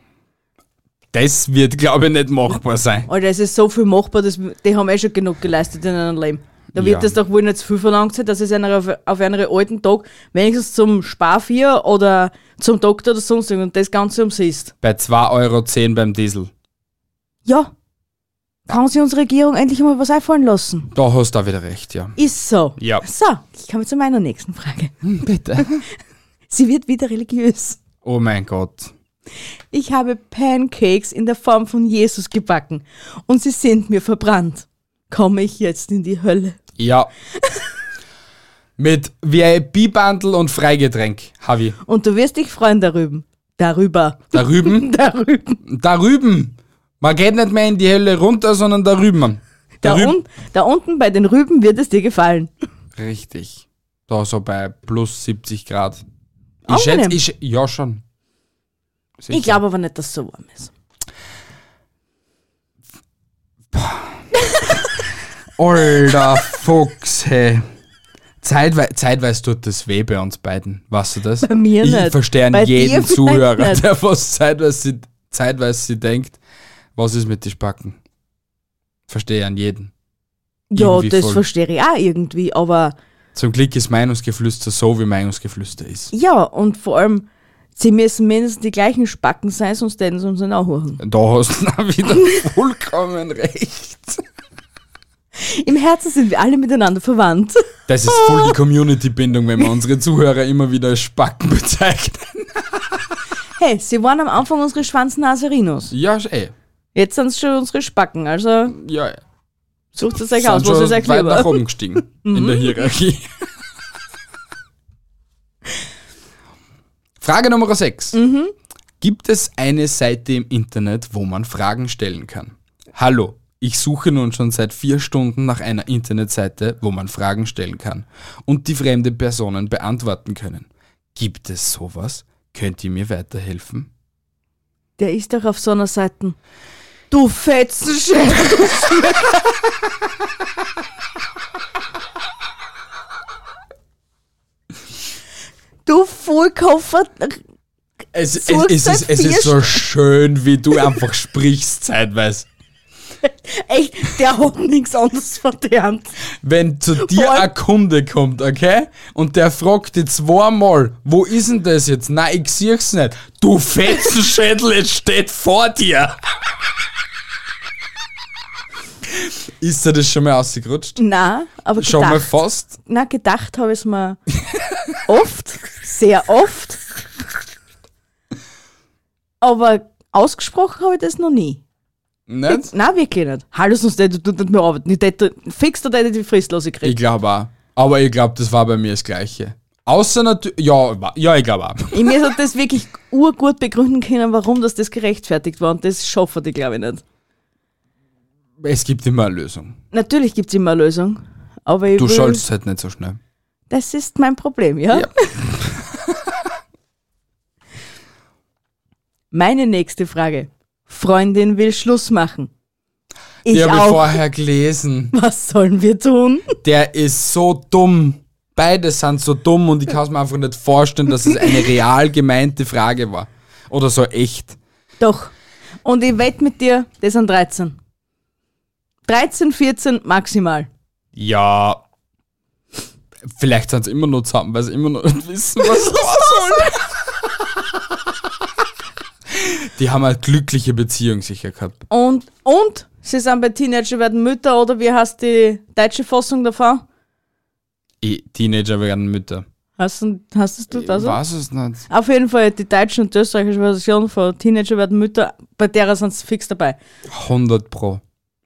Speaker 1: Das wird, glaube ich, nicht machbar sein.
Speaker 2: Alter, es ist so viel machbar, dass, die haben eh schon genug geleistet in ihrem Leben. Da wird
Speaker 1: Ja.
Speaker 2: das doch wohl nicht zu viel verlangt sein, dass es einer auf, auf einen alten Tag wenigstens zum Sparvier oder zum Doktor oder sonst irgendwas und das Ganze umsiehst.
Speaker 1: Bei 2,10 Euro beim Diesel.
Speaker 2: Ja. Kann sich unsere Regierung endlich mal was einfallen lassen?
Speaker 1: Da hast du auch wieder recht, ja.
Speaker 2: Ist so.
Speaker 1: Ja.
Speaker 2: So, ich komme zu meiner nächsten Frage.
Speaker 1: [laughs] Bitte.
Speaker 2: Sie wird wieder religiös.
Speaker 1: Oh mein Gott.
Speaker 2: Ich habe Pancakes in der Form von Jesus gebacken und sie sind mir verbrannt. Komme ich jetzt in die Hölle?
Speaker 1: Ja. Mit VIP-Bundle und Freigetränk, Havi.
Speaker 2: Und du wirst dich freuen darüber. Darüber. [laughs]
Speaker 1: Darüben,
Speaker 2: Darüber.
Speaker 1: darüben. Man geht nicht mehr in die Hölle runter, sondern darüben.
Speaker 2: Da,
Speaker 1: Darüben.
Speaker 2: un da unten bei den Rüben wird es dir gefallen.
Speaker 1: Richtig. Da so bei plus 70 Grad. Ich
Speaker 2: Angenehm.
Speaker 1: schätze, ich, schä- ja schon. Sicher.
Speaker 2: Ich glaube aber nicht, dass es so warm ist.
Speaker 1: Alter Fuchs, hey. Zeitwe zeitweise tut das weh bei uns beiden. Weißt du das? Bei
Speaker 2: mir
Speaker 1: ich
Speaker 2: nicht.
Speaker 1: verstehe an
Speaker 2: Bei dir
Speaker 1: jeden
Speaker 2: vielleicht
Speaker 1: Zuhörer,
Speaker 2: nicht.
Speaker 1: der fast zeitweise, sie- zeitweise sie denkt, was ist mit den Spacken? Verstehe an jeden.
Speaker 2: Ja,
Speaker 1: Irgendwie
Speaker 2: das
Speaker 1: voll.
Speaker 2: verstehe ich auch irgendwie, aber
Speaker 1: Zum Glück ist Meinungsgeflüster so, wie Meinungsgeflüster ist.
Speaker 2: ja, und vor allem, sie müssen mindestens die gleichen Spacken sein, sonst hätten sie uns nicht anhören.
Speaker 1: Da hast du [laughs] auch wieder vollkommen recht.
Speaker 2: Im Herzen sind wir alle miteinander verwandt. [laughs]
Speaker 1: Das ist voll die Community-Bindung, wenn wir unsere Zuhörer immer wieder als Spacken bezeichnen.
Speaker 2: Hey, sie waren am Anfang unsere Schwanznaserinos.
Speaker 1: Ja, ey.
Speaker 2: Jetzt sind es schon unsere Spacken, also
Speaker 1: Ja, eh. ey.
Speaker 2: sucht es euch
Speaker 1: Sind
Speaker 2: aus, was
Speaker 1: schon
Speaker 2: ist Mhm. euch
Speaker 1: weit nach
Speaker 2: lieber.
Speaker 1: oben gestiegen in der Hierarchie. Frage Nummer 6.
Speaker 2: Mhm.
Speaker 1: Gibt es eine Seite im Internet, wo man Fragen stellen kann? Hallo, ich suche nun schon seit vier Stunden nach einer Internetseite, wo man Fragen stellen kann und die fremde Personen beantworten können. Gibt es sowas? Könnt ihr mir weiterhelfen?
Speaker 2: Der ist doch auf so einer Seite. Du Fetzenschäfer! Du Vollkoffer,
Speaker 1: Es, es,
Speaker 2: Suchst
Speaker 1: es,
Speaker 2: seit
Speaker 1: ist, es
Speaker 2: vier
Speaker 1: ist so schön, wie du einfach sprichst zeitweise.
Speaker 2: echt, der hat nichts anderes verdient.
Speaker 1: Wenn zu dir
Speaker 2: allem-
Speaker 1: ein Kunde kommt, okay? Und der fragt dich zweimal, wo ist denn das jetzt? Nein, ich sieh's nicht. Du Fetzenschädel, es steht vor dir. Ist dir das schon mal ausgerutscht?
Speaker 2: Na, aber
Speaker 1: Schon mal
Speaker 2: gedacht,
Speaker 1: fast?
Speaker 2: na, gedacht habe ich es mir oft, sehr oft. Aber ausgesprochen habe ich das noch nie.
Speaker 1: Nicht?
Speaker 2: Na wirklich nicht. Hallo, sonst hätte du nicht mehr arbeiten. Ich hätte, fix, da hätte ich die Fristlos gekriegt.
Speaker 1: Ich glaube auch. Aber ich glaube, das war bei mir das Gleiche. Außer natürlich. Ja, wa- ja, ich glaube auch.
Speaker 2: Ich mir hat das wirklich urgut begründen können, warum das, das gerechtfertigt war. Und das schaffen die, glaube ich, nicht.
Speaker 1: es gibt immer eine Lösung.
Speaker 2: Natürlich gibt es immer eine Lösung. Aber ich
Speaker 1: Du
Speaker 2: will,
Speaker 1: schaltest halt nicht so schnell.
Speaker 2: Das ist mein Problem, ja?
Speaker 1: Ja.
Speaker 2: [laughs] Meine nächste Frage. Freundin will Schluss machen. Ich
Speaker 1: Die habe ich
Speaker 2: auch.
Speaker 1: vorher gelesen.
Speaker 2: Was sollen wir tun?
Speaker 1: Der ist so dumm. Beide sind so dumm und ich kann es mir einfach nicht vorstellen, dass es eine real gemeinte Frage war. Oder so echt.
Speaker 2: Doch. Und ich wette mit dir, das sind 13. 13, 14 maximal.
Speaker 1: Ja. Vielleicht sind sie immer nur zusammen, weil sie immer noch nicht wissen, was da soll. Die haben eine glückliche Beziehung sicher gehabt.
Speaker 2: Und, und sie sind bei Teenager werden Mütter oder wie heißt die deutsche Fassung davon?
Speaker 1: Eh, Teenager werden Mütter.
Speaker 2: Hast du, hast du das?
Speaker 1: Was ist nicht?
Speaker 2: Auf jeden Fall die deutsche und österreichische Version von Teenager werden Mütter, bei derer sind sie fix dabei.
Speaker 1: 100 Pro.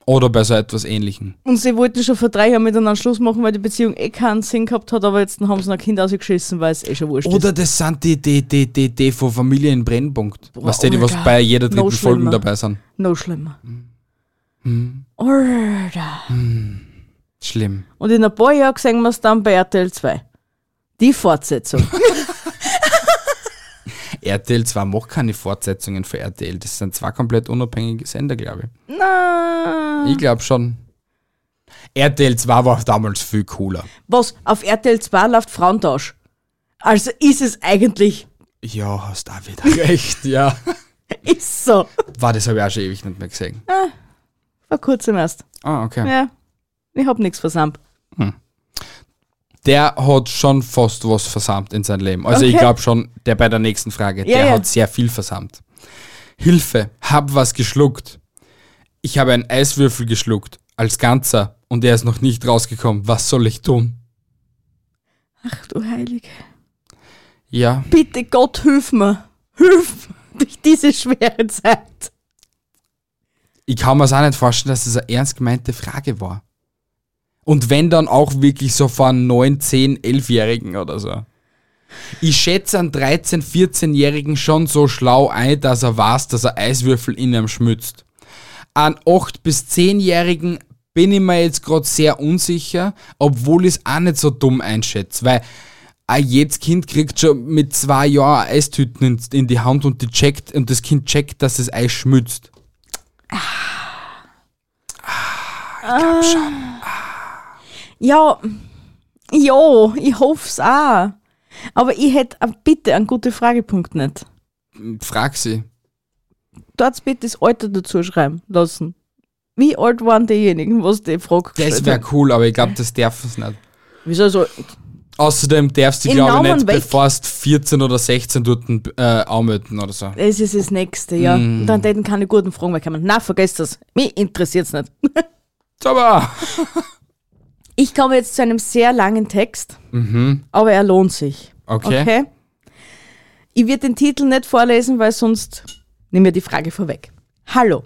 Speaker 1: Oder bei so etwas ähnlichem.
Speaker 2: Und sie wollten schon vor drei Jahren miteinander Schluss machen, weil die Beziehung eh keinen Sinn gehabt hat, aber jetzt haben sie noch ein Kind ausgeschissen, weil es eh schon wurscht
Speaker 1: Oder das sind die, die, die, die, die von Familie in Brennpunkt. Was die, die was
Speaker 2: Alter.
Speaker 1: bei jeder dritten
Speaker 2: Noch
Speaker 1: Folge
Speaker 2: schlimmer.
Speaker 1: dabei sind.
Speaker 2: ist. Noch schlimmer.
Speaker 1: Hm.
Speaker 2: Alter.
Speaker 1: Schlimm.
Speaker 2: Und in ein paar Jahren sehen wir es dann bei RTL 2. Die [laughs] Fortsetzung.
Speaker 1: RTL 2 macht keine Fortsetzungen für RTL. Das sind zwei komplett unabhängige Sender, glaube ich.
Speaker 2: Na.
Speaker 1: Ich glaube schon. RTL 2 war damals viel cooler.
Speaker 2: Was? Auf RTL 2 läuft Frauentausch. Also ist es eigentlich.
Speaker 1: Ja, hast da [laughs] wieder recht, ja.
Speaker 2: Ist so.
Speaker 1: War das habe ich auch schon ewig nicht mehr gesehen.
Speaker 2: Vor kurzem erst.
Speaker 1: Ah, okay.
Speaker 2: Ja. Ich hab nichts versammelt.
Speaker 1: Der hat schon fast was versammt in seinem Leben. Also ich
Speaker 2: Okay.
Speaker 1: glaube schon, der bei der nächsten Frage,
Speaker 2: Ja,
Speaker 1: der
Speaker 2: ja.
Speaker 1: hat sehr viel versammt. Hilfe, hab was geschluckt. Ich habe einen Eiswürfel geschluckt, als Ganzer, und er ist noch nicht rausgekommen. Was soll ich tun?
Speaker 2: Ach du Heilige.
Speaker 1: Ja,
Speaker 2: Bitte Gott, hilf mir. Hilf mir durch diese schwere Zeit.
Speaker 1: ich kann mir auch nicht vorstellen, dass das eine ernst gemeinte Frage war. Und wenn dann auch wirklich so von 9, 10, 11-Jährigen oder so. Ich schätze einen 13, 14-Jährigen schon so schlau ein, dass er weiß, dass er Eiswürfel in ihm schmützt. An 8- bis 10-Jährigen bin ich mir jetzt gerade sehr unsicher, obwohl ich es auch nicht so dumm einschätze, weil auch jedes Kind kriegt schon mit zwei Jahren Eistüten in, in die Hand und, die checkt, und das Kind checkt, dass das Eis schmützt.
Speaker 2: Ja, ja, ich hoff's auch. Aber ich hätte auch bitte einen guten Fragepunkt nicht.
Speaker 1: Frag sie.
Speaker 2: Dort bitte das Alter dazu schreiben lassen. Wie alt waren diejenigen, was die Frage
Speaker 1: Das
Speaker 2: gestellt
Speaker 1: wäre
Speaker 2: haben?
Speaker 1: cool, aber ich glaube, das darf es nicht.
Speaker 2: Wieso so?
Speaker 1: Außerdem darfst du,
Speaker 2: Im
Speaker 1: glaube ich,
Speaker 2: Namen
Speaker 1: nicht,
Speaker 2: weg.
Speaker 1: bevor du 14 oder 16 dort äh, anmelden oder so.
Speaker 2: Das ist das Nächste, ja. Und dann hätten keine guten Fragen mehr kommen. Na, vergesst das. Mich interessiert's nicht.
Speaker 1: Aber
Speaker 2: Ich komme jetzt zu einem sehr langen Text, aber er lohnt sich.
Speaker 1: Okay.
Speaker 2: okay? Ich werde den Titel nicht vorlesen, weil sonst nehmen wir die Frage vorweg. Hallo.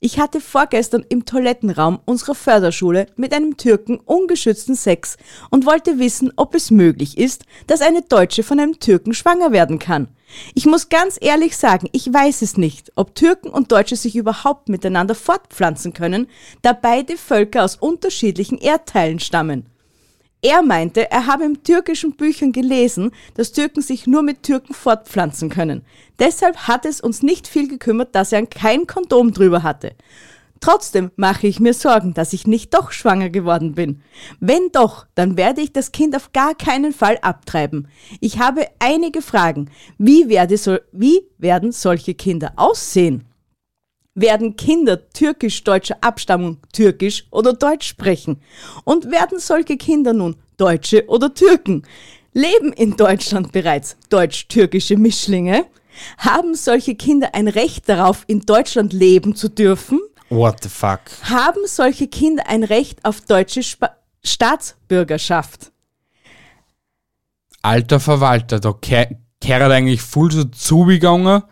Speaker 2: Ich hatte vorgestern im Toilettenraum unserer Förderschule mit einem Türken ungeschützten Sex und wollte wissen, ob es möglich ist, dass eine Deutsche von einem Türken schwanger werden kann. Ich muss ganz ehrlich sagen, ich weiß es nicht, ob Türken und Deutsche sich überhaupt miteinander fortpflanzen können, da beide Völker aus unterschiedlichen Erdteilen stammen. Er meinte, er habe in türkischen Büchern gelesen, dass Türken sich nur mit Türken fortpflanzen können. Deshalb hat es uns nicht viel gekümmert, dass er kein Kondom drüber hatte. Trotzdem mache ich mir Sorgen, dass ich nicht doch schwanger geworden bin. Wenn doch, dann werde ich das Kind auf gar keinen Fall abtreiben. Ich habe einige Fragen. Wie, werde so, wie werden solche Kinder aussehen? Werden Kinder türkisch-deutscher Abstammung türkisch oder deutsch sprechen? Und werden solche Kinder nun Deutsche oder Türken? Leben in Deutschland bereits deutsch-türkische Mischlinge? Haben solche Kinder ein Recht darauf, in Deutschland leben zu dürfen?
Speaker 1: what the fuck?
Speaker 2: Haben solche Kinder ein Recht auf deutsche Spa Staatsbürgerschaft?
Speaker 1: Alter Verwalter, da ke- kehrt eigentlich voll so zugegangen.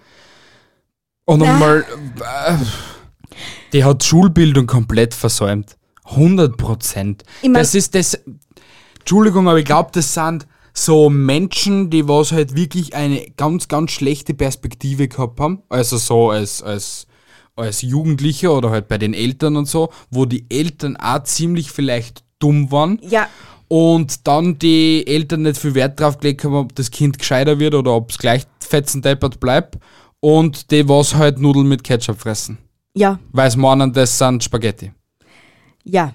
Speaker 1: Und einmal, äh, die hat Schulbildung komplett versäumt. 100 Prozent.
Speaker 2: Ich mein-
Speaker 1: das ist das, Entschuldigung, aber ich glaube, das sind so Menschen, die was halt wirklich eine ganz, ganz schlechte Perspektive gehabt haben. Also so als, als als Jugendlicher oder halt bei den Eltern und so, wo die Eltern auch ziemlich vielleicht dumm waren
Speaker 2: Ja,
Speaker 1: und dann die Eltern nicht viel Wert drauf gelegt haben, ob das Kind gescheiter wird oder ob es gleich fetzendeppert bleibt und die was halt Nudeln mit Ketchup fressen.
Speaker 2: ja,
Speaker 1: Weil sie meinen, das sind Spaghetti.
Speaker 2: ja.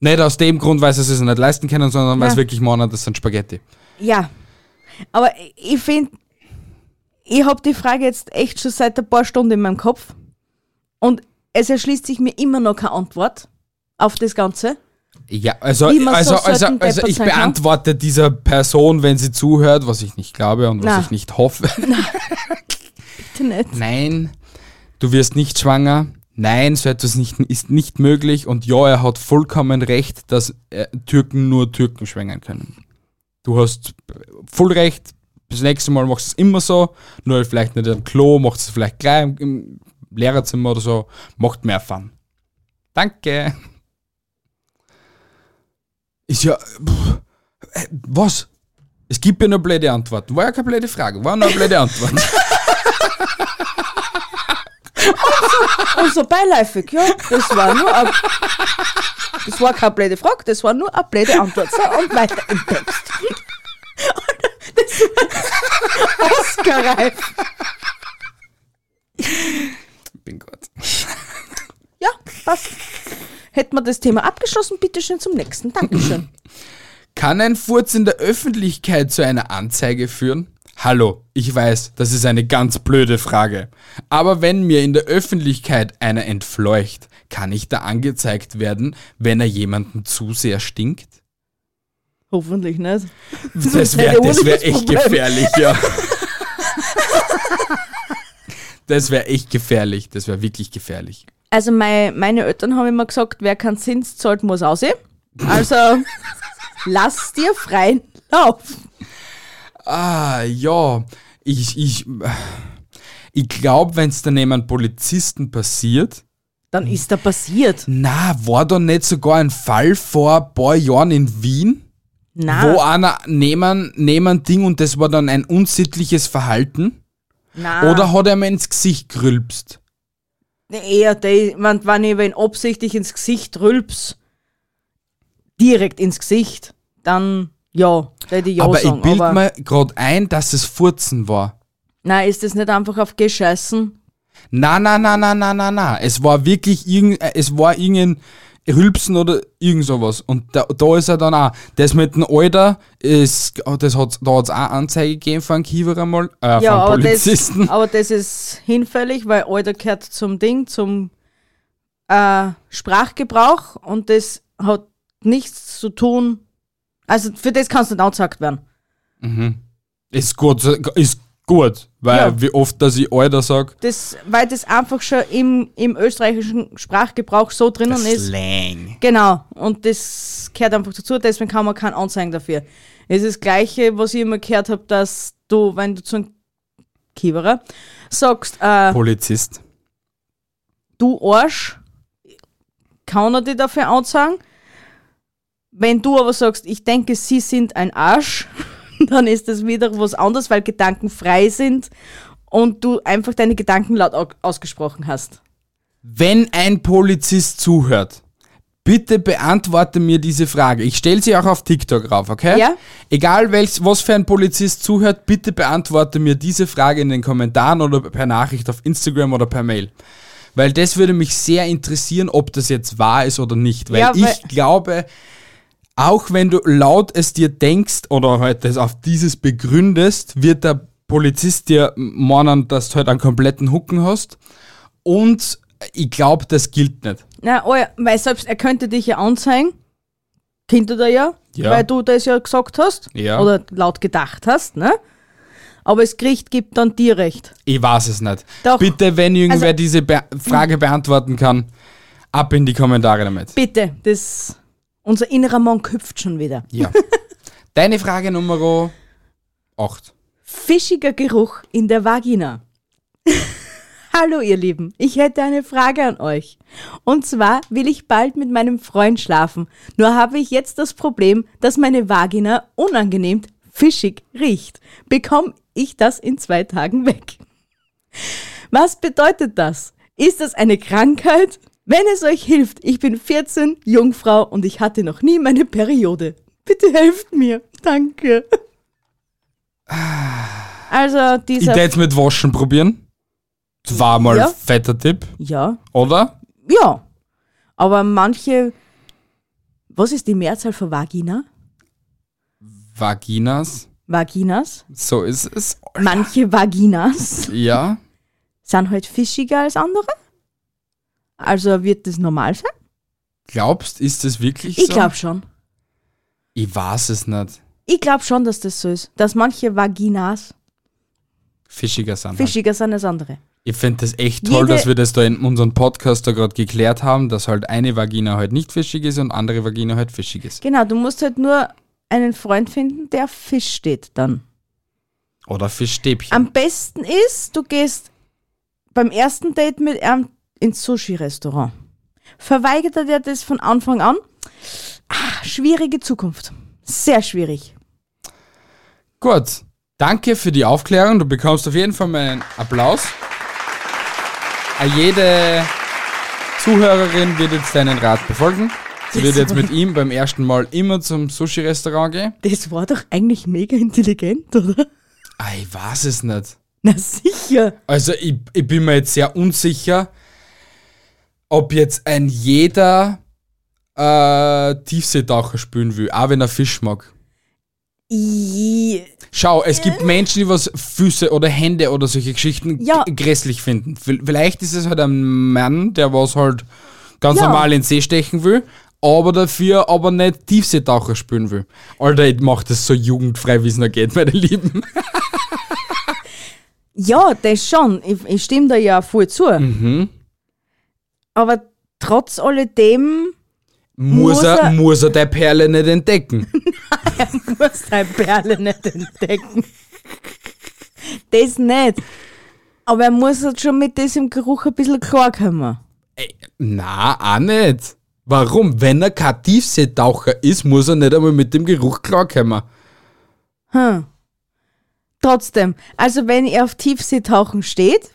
Speaker 1: Nicht aus dem Grund, weil sie es sich nicht leisten können, sondern weil
Speaker 2: Ja.
Speaker 1: sie wirklich meinen, das sind Spaghetti.
Speaker 2: Ja. Aber ich- ich finde, ich habe die Frage jetzt echt schon seit ein paar Stunden in meinem Kopf und es erschließt sich mir immer noch keine Antwort auf das Ganze.
Speaker 1: Ja, also,
Speaker 2: Wie man
Speaker 1: also,
Speaker 2: so
Speaker 1: also,
Speaker 2: certain
Speaker 1: also
Speaker 2: deppert
Speaker 1: ich
Speaker 2: sein kann.
Speaker 1: beantworte dieser Person, wenn sie zuhört, was ich nicht glaube und was
Speaker 2: Na.
Speaker 1: ich nicht hoffe.
Speaker 2: Bitte nicht.
Speaker 1: Nein, du wirst nicht schwanger. Nein, so etwas nicht, ist nicht möglich. Und ja, er hat vollkommen recht, dass äh, Türken nur Türken schwängern können. Du hast voll recht. Das nächste Mal machst du es immer so. Nur vielleicht nicht am Klo, machst du es vielleicht gleich im, im Lehrerzimmer oder so. Macht mehr Fun. Danke. Ist ja. Pff, äh, was? Es gibt ja nur blöde Antworten. War ja keine blöde Frage, war nur eine blöde Antwort.
Speaker 2: Also beiläufig, ja, das war nur ein, Das war keine blöde Frage, das war nur eine blöde Antwort. So, und weiter im Text. Und Das war [laughs] Oscar-reif.
Speaker 1: bin gut.
Speaker 2: Ja, passt. Hätten wir das Thema abgeschlossen, bitteschön zum nächsten. Dankeschön.
Speaker 1: Kann ein Furz in der Öffentlichkeit zu einer Anzeige führen? Hallo, ich weiß, das ist eine ganz blöde Frage. Aber wenn mir in der Öffentlichkeit einer entfleucht, kann ich da angezeigt werden, wenn er jemanden zu sehr stinkt?
Speaker 2: Hoffentlich nicht.
Speaker 1: Das
Speaker 2: wäre
Speaker 1: wäre das wär
Speaker 2: ohnehin das
Speaker 1: echt
Speaker 2: Problem.
Speaker 1: gefährlich, ja. Das wäre echt gefährlich, das wäre wirklich gefährlich.
Speaker 2: Also mei- meine Eltern haben immer gesagt, wer keinen Zins zahlt, muss aussehen. Also
Speaker 1: [laughs]
Speaker 2: lass dir freien Lauf.
Speaker 1: Ah, ja, ich, ich, ich glaube, wenn es dann jemand Polizisten passiert,
Speaker 2: Dann ist da passiert.
Speaker 1: Na, war da nicht sogar ein Fall vor ein paar Jahren in Wien,
Speaker 2: Na,
Speaker 1: wo einer nehmen, nehmen Ding und das war dann ein unsittliches Verhalten?
Speaker 2: na.
Speaker 1: Oder hat er mir ins Gesicht gerülpst?
Speaker 2: Eher, de- wenn, wenn ich wen absichtlich ins Gesicht rülps, direkt ins Gesicht, dann ja, da hätte ich ja
Speaker 1: aber
Speaker 2: sagen.
Speaker 1: ich bild
Speaker 2: aber
Speaker 1: mir gerade ein, dass es Furzen war.
Speaker 2: nein, ist das nicht einfach auf Gescheißen?
Speaker 1: Na, na, na, na, na, na, na. Es war wirklich irgend, äh, es war irgendein Rülpsen oder irgend sowas. Und da, da ist er dann auch. Das mit dem Alter, ist, oh, das hat's, da hat es auch Anzeige gegeben von Kiewer einmal, äh,
Speaker 2: Ja,
Speaker 1: von
Speaker 2: aber das,
Speaker 1: Polizisten.
Speaker 2: aber das ist hinfällig, weil Alter gehört zum Ding, zum äh, Sprachgebrauch und das hat nichts zu tun. Also für das kannst du nicht angezeigt werden.
Speaker 1: Ist gut, ist gut, weil
Speaker 2: Ja.
Speaker 1: wie oft, dass ich Alter sage.
Speaker 2: Das, weil das einfach schon im, im österreichischen Sprachgebrauch so drinnen ist.
Speaker 1: Slang.
Speaker 2: Genau, und das gehört einfach dazu, deswegen kann man keinen anzeigen dafür. Es ist das Gleiche, was ich immer gehört habe, dass du, wenn du zu einem Kiewerer sagst, äh,
Speaker 1: Polizist.
Speaker 2: du Arsch, kann er dir dafür anzeigen. Wenn du aber sagst, ich denke, sie sind ein Arsch, [laughs] dann ist das wieder was anderes, weil Gedanken frei sind und du einfach deine Gedanken laut au- ausgesprochen hast.
Speaker 1: Wenn ein Polizist zuhört, bitte beantworte mir diese Frage. Ich stelle sie auch auf TikTok rauf, okay?
Speaker 2: Ja.
Speaker 1: Egal welch, was für ein Polizist zuhört, bitte beantworte mir diese Frage in den Kommentaren oder per Nachricht auf Instagram oder per Mail. Weil das würde mich sehr interessieren, ob das jetzt wahr ist oder nicht. Weil
Speaker 2: Ja,
Speaker 1: ich
Speaker 2: weil-
Speaker 1: glaube, auch wenn du laut es dir denkst oder halt das auf dieses begründest, wird der Polizist dir meinen, dass du halt einen kompletten Hucken hast. Und ich glaube, das gilt nicht.
Speaker 2: Na, oh ja, weil selbst er könnte dich ja anzeigen. Könnte er ja,
Speaker 1: Ja.
Speaker 2: weil du das ja gesagt hast.
Speaker 1: Ja.
Speaker 2: Oder laut gedacht hast, ne? Aber das Gericht gibt dann dir recht.
Speaker 1: Ich weiß es nicht.
Speaker 2: Doch.
Speaker 1: Bitte, wenn irgendwer
Speaker 2: Also-
Speaker 1: diese Be Frage beantworten kann, ab in die Kommentare damit.
Speaker 2: Bitte, das. Unser innerer Mann köpft schon wieder.
Speaker 1: Ja. Deine Frage Nummer 8.
Speaker 2: Fischiger Geruch in der Vagina. Hallo ihr Lieben, ich hätte eine Frage an euch. Und zwar will ich bald mit meinem Freund schlafen, nur habe ich jetzt das Problem, dass meine Vagina unangenehm fischig riecht. Bekomme ich das in zwei Tagen weg? Was bedeutet das? Ist das eine Krankheit? Wenn es euch hilft, ich bin 14, Jungfrau und ich hatte noch nie meine Periode. Bitte helft mir. Danke. Also
Speaker 1: Ich
Speaker 2: dieser...
Speaker 1: tät's mit Waschen probieren. Das war mal
Speaker 2: Ja.
Speaker 1: ein fetter Tipp,
Speaker 2: Ja,
Speaker 1: oder?
Speaker 2: ja. Aber manche... Was ist die Mehrzahl von Vagina?
Speaker 1: Vaginas,
Speaker 2: Vaginas?
Speaker 1: so ist es.
Speaker 2: Manche Vaginas
Speaker 1: Ja.
Speaker 2: sind halt fischiger als andere. Also wird das normal sein?
Speaker 1: Glaubst, ist das wirklich
Speaker 2: Ich
Speaker 1: so?
Speaker 2: glaube schon.
Speaker 1: Ich weiß es nicht.
Speaker 2: Ich glaube schon, dass das so ist. Dass manche Vaginas
Speaker 1: Fischiger sind. Halt.
Speaker 2: fischiger sind als andere.
Speaker 1: Ich finde das echt toll,
Speaker 2: Jede-
Speaker 1: dass wir das da in unserem Podcast da gerade geklärt haben, dass halt eine Vagina halt nicht fischig ist und andere Vagina halt fischig ist.
Speaker 2: Genau, du musst halt nur einen Freund finden, der auf Fisch steht dann.
Speaker 1: Oder Fischstäbchen.
Speaker 2: Am besten ist, du gehst beim ersten Date mit ihm ins Sushi-Restaurant. Verweigert er dir das von Anfang an? Ah, schwierige Zukunft. Sehr schwierig.
Speaker 1: Gut. Danke für die Aufklärung. Du bekommst auf jeden Fall meinen Applaus. Ah, Jede Zuhörerin wird jetzt deinen Rat befolgen. Sie wird jetzt mit ihm beim ersten Mal immer zum Sushi-Restaurant gehen.
Speaker 2: Das war doch eigentlich mega intelligent, oder? [laughs]
Speaker 1: Ah, ich weiß es nicht.
Speaker 2: Na sicher.
Speaker 1: Also ich, ich bin mir jetzt sehr unsicher, ob jetzt ein jeder äh, Tiefseetaucher spülen will, auch wenn er Fisch mag.
Speaker 2: I-
Speaker 1: Schau, es gibt Menschen, die was Füße oder Hände oder solche Geschichten g-
Speaker 2: Ja.
Speaker 1: grässlich finden. V- Vielleicht ist es halt ein Mann, der was halt ganz
Speaker 2: Ja.
Speaker 1: normal in den See stechen will, aber dafür aber nicht Tiefseetaucher spülen will. Alter, ich mach das so jugendfrei, wie es noch geht, meine Lieben.
Speaker 2: Ja, das schon. Ich, ich stimme da ja voll zu. Aber trotz alledem
Speaker 1: Muss
Speaker 2: Muss
Speaker 1: er,
Speaker 2: er-
Speaker 1: muss er der Perle nicht entdecken.
Speaker 2: muss deine Perle nicht entdecken. Das nicht. Aber er muss halt schon mit diesem Geruch ein bisschen klarkommen.
Speaker 1: Na, auch nicht. Warum? Wenn er kein Tiefseetaucher ist, muss er nicht einmal mit dem Geruch klarkommen.
Speaker 2: Hm. Trotzdem, also wenn ihr auf Tiefseetauchen steht,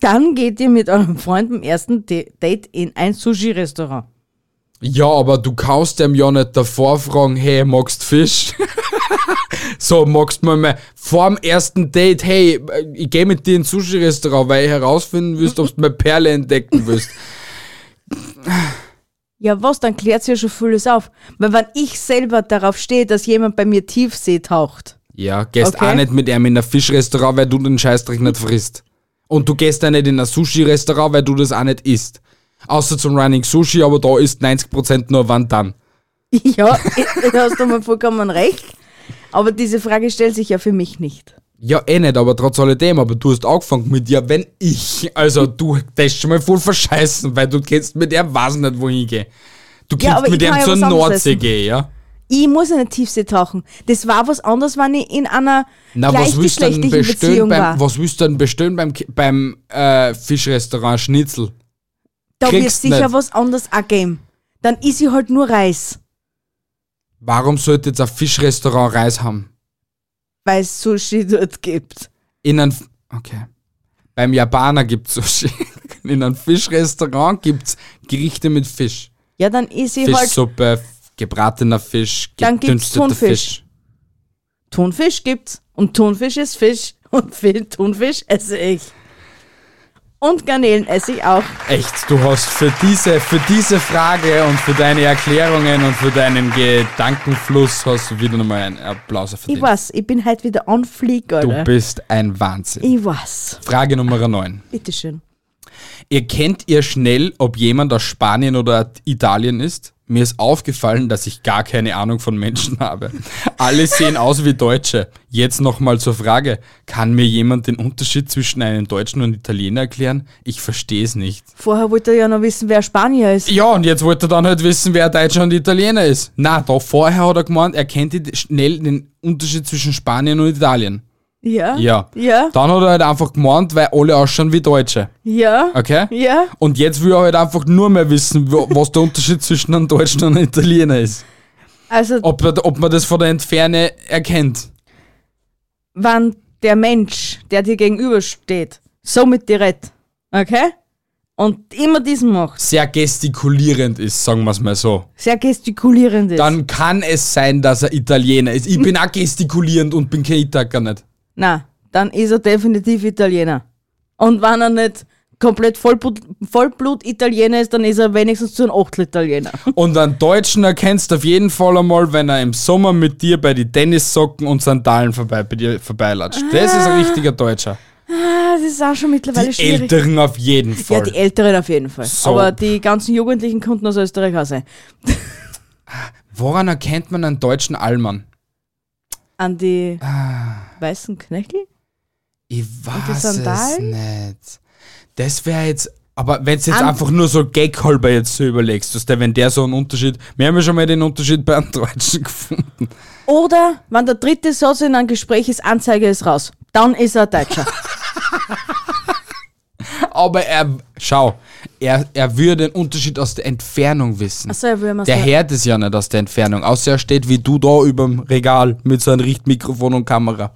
Speaker 2: dann geht ihr mit eurem Freund beim ersten D- Date in ein Sushi-Restaurant.
Speaker 1: Ja, aber du kannst dem ja nicht davor fragen, hey, magst Fisch? [laughs] so, magst mal mal vor dem ersten Date, hey, ich gehe mit dir ins Sushi-Restaurant, weil ich herausfinden willst, ob du meine Perle entdecken willst.
Speaker 2: Ja, was, dann klärt ja schon vieles auf. Weil wenn ich selber darauf stehe, dass jemand bei mir Tiefsee taucht, [laughs]
Speaker 1: Ja, gehst
Speaker 2: Okay.
Speaker 1: auch nicht mit ihm in ein Fischrestaurant, weil du den Scheißdreck nicht frisst. Und du gehst auch nicht in ein Sushi-Restaurant, weil du das auch nicht isst. Außer zum Running Sushi, aber da ist 90% nur wann dann.
Speaker 2: ja, [laughs] da hast du mal vollkommen recht. Aber diese Frage stellt sich ja für mich nicht.
Speaker 1: Ja, eh nicht, aber trotz alledem, aber du hast angefangen mit, ja, wenn ich, also du, das ist schon mal voll verscheißen, weil du kennst mit ihm, weiß nicht, wohin ich geh. Du
Speaker 2: Ja,
Speaker 1: kannst
Speaker 2: aber
Speaker 1: mit
Speaker 2: ich
Speaker 1: ihm
Speaker 2: kann ja
Speaker 1: zur
Speaker 2: was anderes
Speaker 1: Nordsee
Speaker 2: essen.
Speaker 1: gehen, ja?
Speaker 2: Ich muss in der Tiefsee tauchen. Das war was anderes, wenn ich in einer
Speaker 1: Na, was willst du denn
Speaker 2: gleichgeschlechtlichen
Speaker 1: bestellen
Speaker 2: Beziehung
Speaker 1: beim,
Speaker 2: war.
Speaker 1: was willst du denn bestellen beim, Ki- beim äh, Fischrestaurant Schnitzel?
Speaker 2: da wird
Speaker 1: kriegst
Speaker 2: sicher
Speaker 1: nicht.
Speaker 2: was anderes auch geben. Dann ist ich halt nur Reis,
Speaker 1: Warum sollte jetzt ein Fischrestaurant Reis haben?
Speaker 2: weil es Sushi dort gibt.
Speaker 1: In ein. Okay. Beim Japaner gibt's [laughs] Sushi. In einem Fischrestaurant gibt's Gerichte mit Fisch.
Speaker 2: Ja, dann ist ich halt
Speaker 1: Fischsuppe, gebratener Fisch,
Speaker 2: Dann gibt's
Speaker 1: gedünsteter Fisch.
Speaker 2: Thunfisch. Thunfisch gibt's. Und Thunfisch ist Fisch. [laughs] Und viel Thunfisch esse ich. Und Garnelen esse ich auch.
Speaker 1: Echt, du hast für diese, für diese Frage und für deine Erklärungen und für deinen Gedankenfluss hast du wieder nochmal einen Applaus verdient.
Speaker 2: Ich weiß, ich bin halt wieder on fleek,
Speaker 1: du
Speaker 2: Alter.
Speaker 1: bist ein Wahnsinn.
Speaker 2: Ich weiß.
Speaker 1: Frage Nummer 9.
Speaker 2: Bitteschön.
Speaker 1: Ihr kennt ihr schnell, ob jemand aus Spanien oder Italien ist? Mir ist aufgefallen, dass ich gar keine Ahnung von Menschen [laughs] habe. Alle sehen aus wie Deutsche. Jetzt nochmal zur Frage. Kann mir jemand den Unterschied zwischen einem Deutschen und Italiener erklären? Ich verstehe es nicht.
Speaker 2: Vorher wollte er ja noch wissen, wer Spanier ist.
Speaker 1: Ja, und jetzt wollte er dann halt wissen, wer Deutscher und Italiener ist. Na, da vorher hat er gemeint, er kennt i- schnell den Unterschied zwischen Spanien und Italien.
Speaker 2: Ja.
Speaker 1: Ja.
Speaker 2: Ja.
Speaker 1: Dann hat er halt einfach gemeint, weil alle ausschauen wie Deutsche.
Speaker 2: Ja.
Speaker 1: Okay?
Speaker 2: Ja.
Speaker 1: Und jetzt will er halt einfach nur mehr wissen, wo- was der Unterschied zwischen einem Deutschen und einem Italiener ist.
Speaker 2: Also,
Speaker 1: Ob, er- ob man das von der Entferne erkennt.
Speaker 2: wann der Mensch, der dir gegenübersteht, somit direkt. Okay? Und immer diesen macht.
Speaker 1: sehr gestikulierend ist, sagen wir es mal so,
Speaker 2: Sehr gestikulierend ist.
Speaker 1: dann kann es sein, dass er Italiener ist. Ich bin auch gestikulierend und bin kein Itaker nicht.
Speaker 2: Na, dann ist er definitiv Italiener. Und wenn er nicht komplett Vollblut, Vollblut Italiener ist, dann ist er wenigstens zu einem Achtel Italiener.
Speaker 1: Und einen Deutschen erkennst du auf jeden Fall einmal, wenn er im Sommer mit dir bei die Tennissocken und Sandalen vorbei, bei dir vorbeilatscht. Das ist ein richtiger Deutscher.
Speaker 2: Ah. Das ist auch schon mittlerweile
Speaker 1: Die Älteren auf jeden
Speaker 2: Ja,
Speaker 1: Fall.
Speaker 2: die Älteren auf jeden Fall.
Speaker 1: So.
Speaker 2: Aber die ganzen Jugendlichen konnten aus Österreich auch sein.
Speaker 1: Woran erkennt man einen deutschen Allmann?
Speaker 2: An die
Speaker 1: Ah.
Speaker 2: weißen Knöchel?
Speaker 1: Ich weiß es
Speaker 2: Sandalen?
Speaker 1: nicht. Das wäre jetzt. Aber wenn du jetzt
Speaker 2: An-
Speaker 1: einfach nur so gaghalber jetzt so überlegst, dass der, wenn der so einen Unterschied. Wir haben ja schon mal den Unterschied bei einem Deutschen [laughs] gefunden.
Speaker 2: Oder wenn der dritte Satz in einem Gespräch ist, Anzeige ist raus. Dann ist
Speaker 1: [laughs]
Speaker 2: er Deutscher.
Speaker 1: Aber er. Schau, er, er würde den Unterschied aus der Entfernung wissen.
Speaker 2: Achso, er will Also, mal
Speaker 1: der
Speaker 2: sagen.
Speaker 1: hört es ja nicht aus der Entfernung. Außer er steht wie du da überm Regal mit seinem Richtmikrofon und Kamera.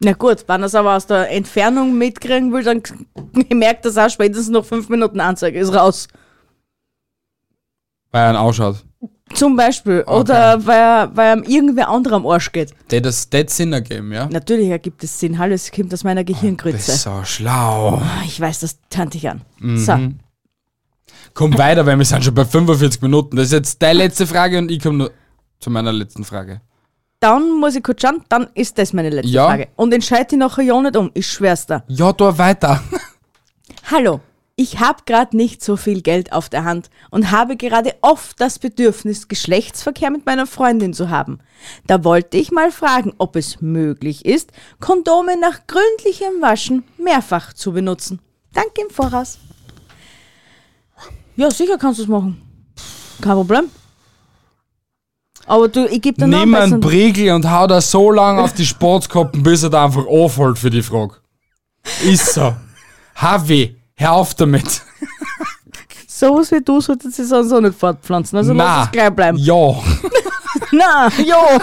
Speaker 2: Na gut, wenn er es aber aus der Entfernung mitkriegen will, dann [laughs] merkt er es auch spätestens noch fünf Minuten Anzeige ist raus.
Speaker 1: Weil er ihn ausschaut.
Speaker 2: Zum Beispiel. Oder weil, er- weil ihm irgendwer anderer am Arsch geht.
Speaker 1: Der das das Sinn ergeben, ja?
Speaker 2: Natürlich ergibt es Sinn. Hallo, es kommt aus meiner Gehirngrütze.
Speaker 1: Bist so schlau.
Speaker 2: Ah, Ich weiß, das tönt dich an.
Speaker 1: Mhm.
Speaker 2: So.
Speaker 1: Komm weiter, weil wir sind schon bei 45 Minuten. Das ist jetzt deine letzte Frage und ich komme nur zu meiner letzten Frage.
Speaker 2: Dann muss ich kurz schauen, dann ist das meine letzte
Speaker 1: Ja.
Speaker 2: Frage. Und entscheide dich nachher ja nicht um. Ich schwör's dir.
Speaker 1: Ja, da
Speaker 2: [laughs]
Speaker 1: weiter.
Speaker 2: Hallo, ich habe gerade nicht so viel Geld auf der Hand und habe gerade oft das Bedürfnis, Geschlechtsverkehr mit meiner Freundin zu haben. Da wollte ich mal fragen, ob es möglich ist, Kondome nach gründlichem Waschen mehrfach zu benutzen. Danke im Voraus. Ja, sicher kannst du es machen. Kein Problem. Aber du, ich gebe dir noch einen
Speaker 1: Nimm einen
Speaker 2: besseren-
Speaker 1: Briegel und hau da so lange auf die Sportkoppen, bis er da einfach anfällt für die Frage. Ist
Speaker 2: [laughs]
Speaker 1: so. Havi, hör auf damit.
Speaker 2: Sowas wie du solltest du sonst auch nicht fortpflanzen. Also lass es gleich bleiben.
Speaker 1: Ja.
Speaker 2: Na, jo.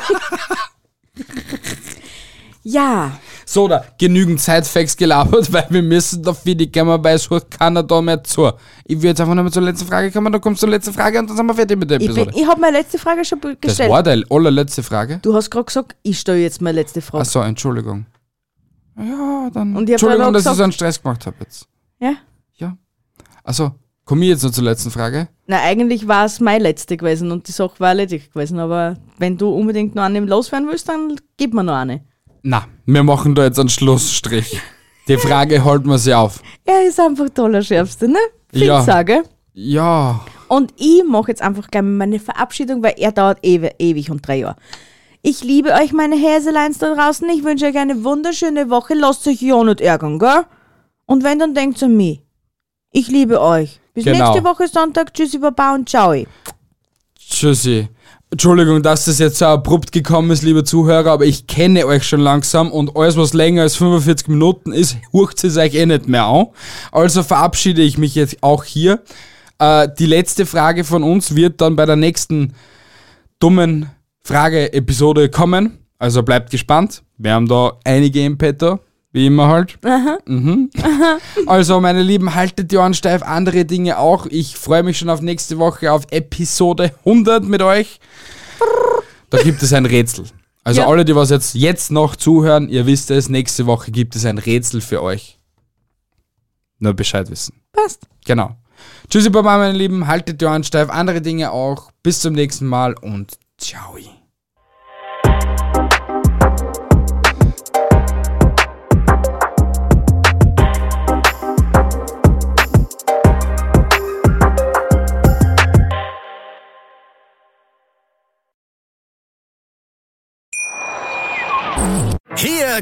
Speaker 2: ja,
Speaker 1: So, da genügend Zeitfacts gelabert, [laughs] weil wir müssen da viel die Kammer bei sucht keiner da mehr zu. Ich würde jetzt einfach nochmal zur letzten Frage kommen, dann kommst du zur letzten Frage und dann sind wir fertig mit der
Speaker 2: ich,
Speaker 1: Episode.
Speaker 2: bin- ich habe meine letzte Frage schon be-
Speaker 1: das
Speaker 2: gestellt.
Speaker 1: war deine allerletzte Frage.
Speaker 2: Du hast gerade gesagt, ich stelle jetzt meine letzte Frage.
Speaker 1: Achso, Entschuldigung. Ja, dann.
Speaker 2: Und ich hab
Speaker 1: Entschuldigung,
Speaker 2: dann auch
Speaker 1: dass ich
Speaker 2: gesagt-
Speaker 1: so einen Stress gemacht habe jetzt.
Speaker 2: Ja?
Speaker 1: Ja. Achso, komm ich jetzt noch zur letzten Frage.
Speaker 2: Na, eigentlich war es meine letzte gewesen und die Sache war erledigt gewesen. Aber wenn du unbedingt noch eine loswerden willst, dann gib mir noch eine.
Speaker 1: Na, wir machen da jetzt einen
Speaker 2: [laughs]
Speaker 1: Schlussstrich. Die Frage halten wir sie auf.
Speaker 2: Er ist einfach toller Schärfste, ne? Viel
Speaker 1: Ja.
Speaker 2: sage.
Speaker 1: Ja.
Speaker 2: Und ich mache jetzt einfach gerne meine Verabschiedung, weil er dauert ew ewig und drei Jahre. Ich liebe euch, meine Häseleins da draußen. Ich wünsche euch eine wunderschöne Woche. Lasst euch ja nicht ärgern, gell? Und wenn, dann denkt an mich. Ich liebe euch. Bis
Speaker 1: Genau.
Speaker 2: nächste Woche Sonntag. Tschüssi, Baba und ciao.
Speaker 1: Tschüssi. Entschuldigung, dass das jetzt so abrupt gekommen ist, liebe Zuhörer, aber ich kenne euch schon langsam und alles, was länger als 45 Minuten ist, hurcht es euch eh nicht mehr an. Also verabschiede ich mich jetzt auch hier. Äh, die letzte Frage von uns wird dann bei der nächsten dummen Frage-Episode kommen. Also bleibt gespannt. Wir haben da einige im Petto, wie immer halt. Also, meine Lieben, haltet die Ohren steif, andere Dinge auch. Ich freue mich schon auf nächste Woche auf Episode 100 mit euch. Da gibt es ein Rätsel. Also
Speaker 2: Ja.
Speaker 1: alle, die was jetzt, jetzt noch zuhören, ihr wisst es, nächste Woche gibt es ein Rätsel für euch. Nur Bescheid wissen.
Speaker 2: Passt.
Speaker 1: Genau. Tschüssi, Baba, meine Lieben, haltet die Ohren steif, andere Dinge auch. Bis zum nächsten Mal und ciao.
Speaker 3: Hier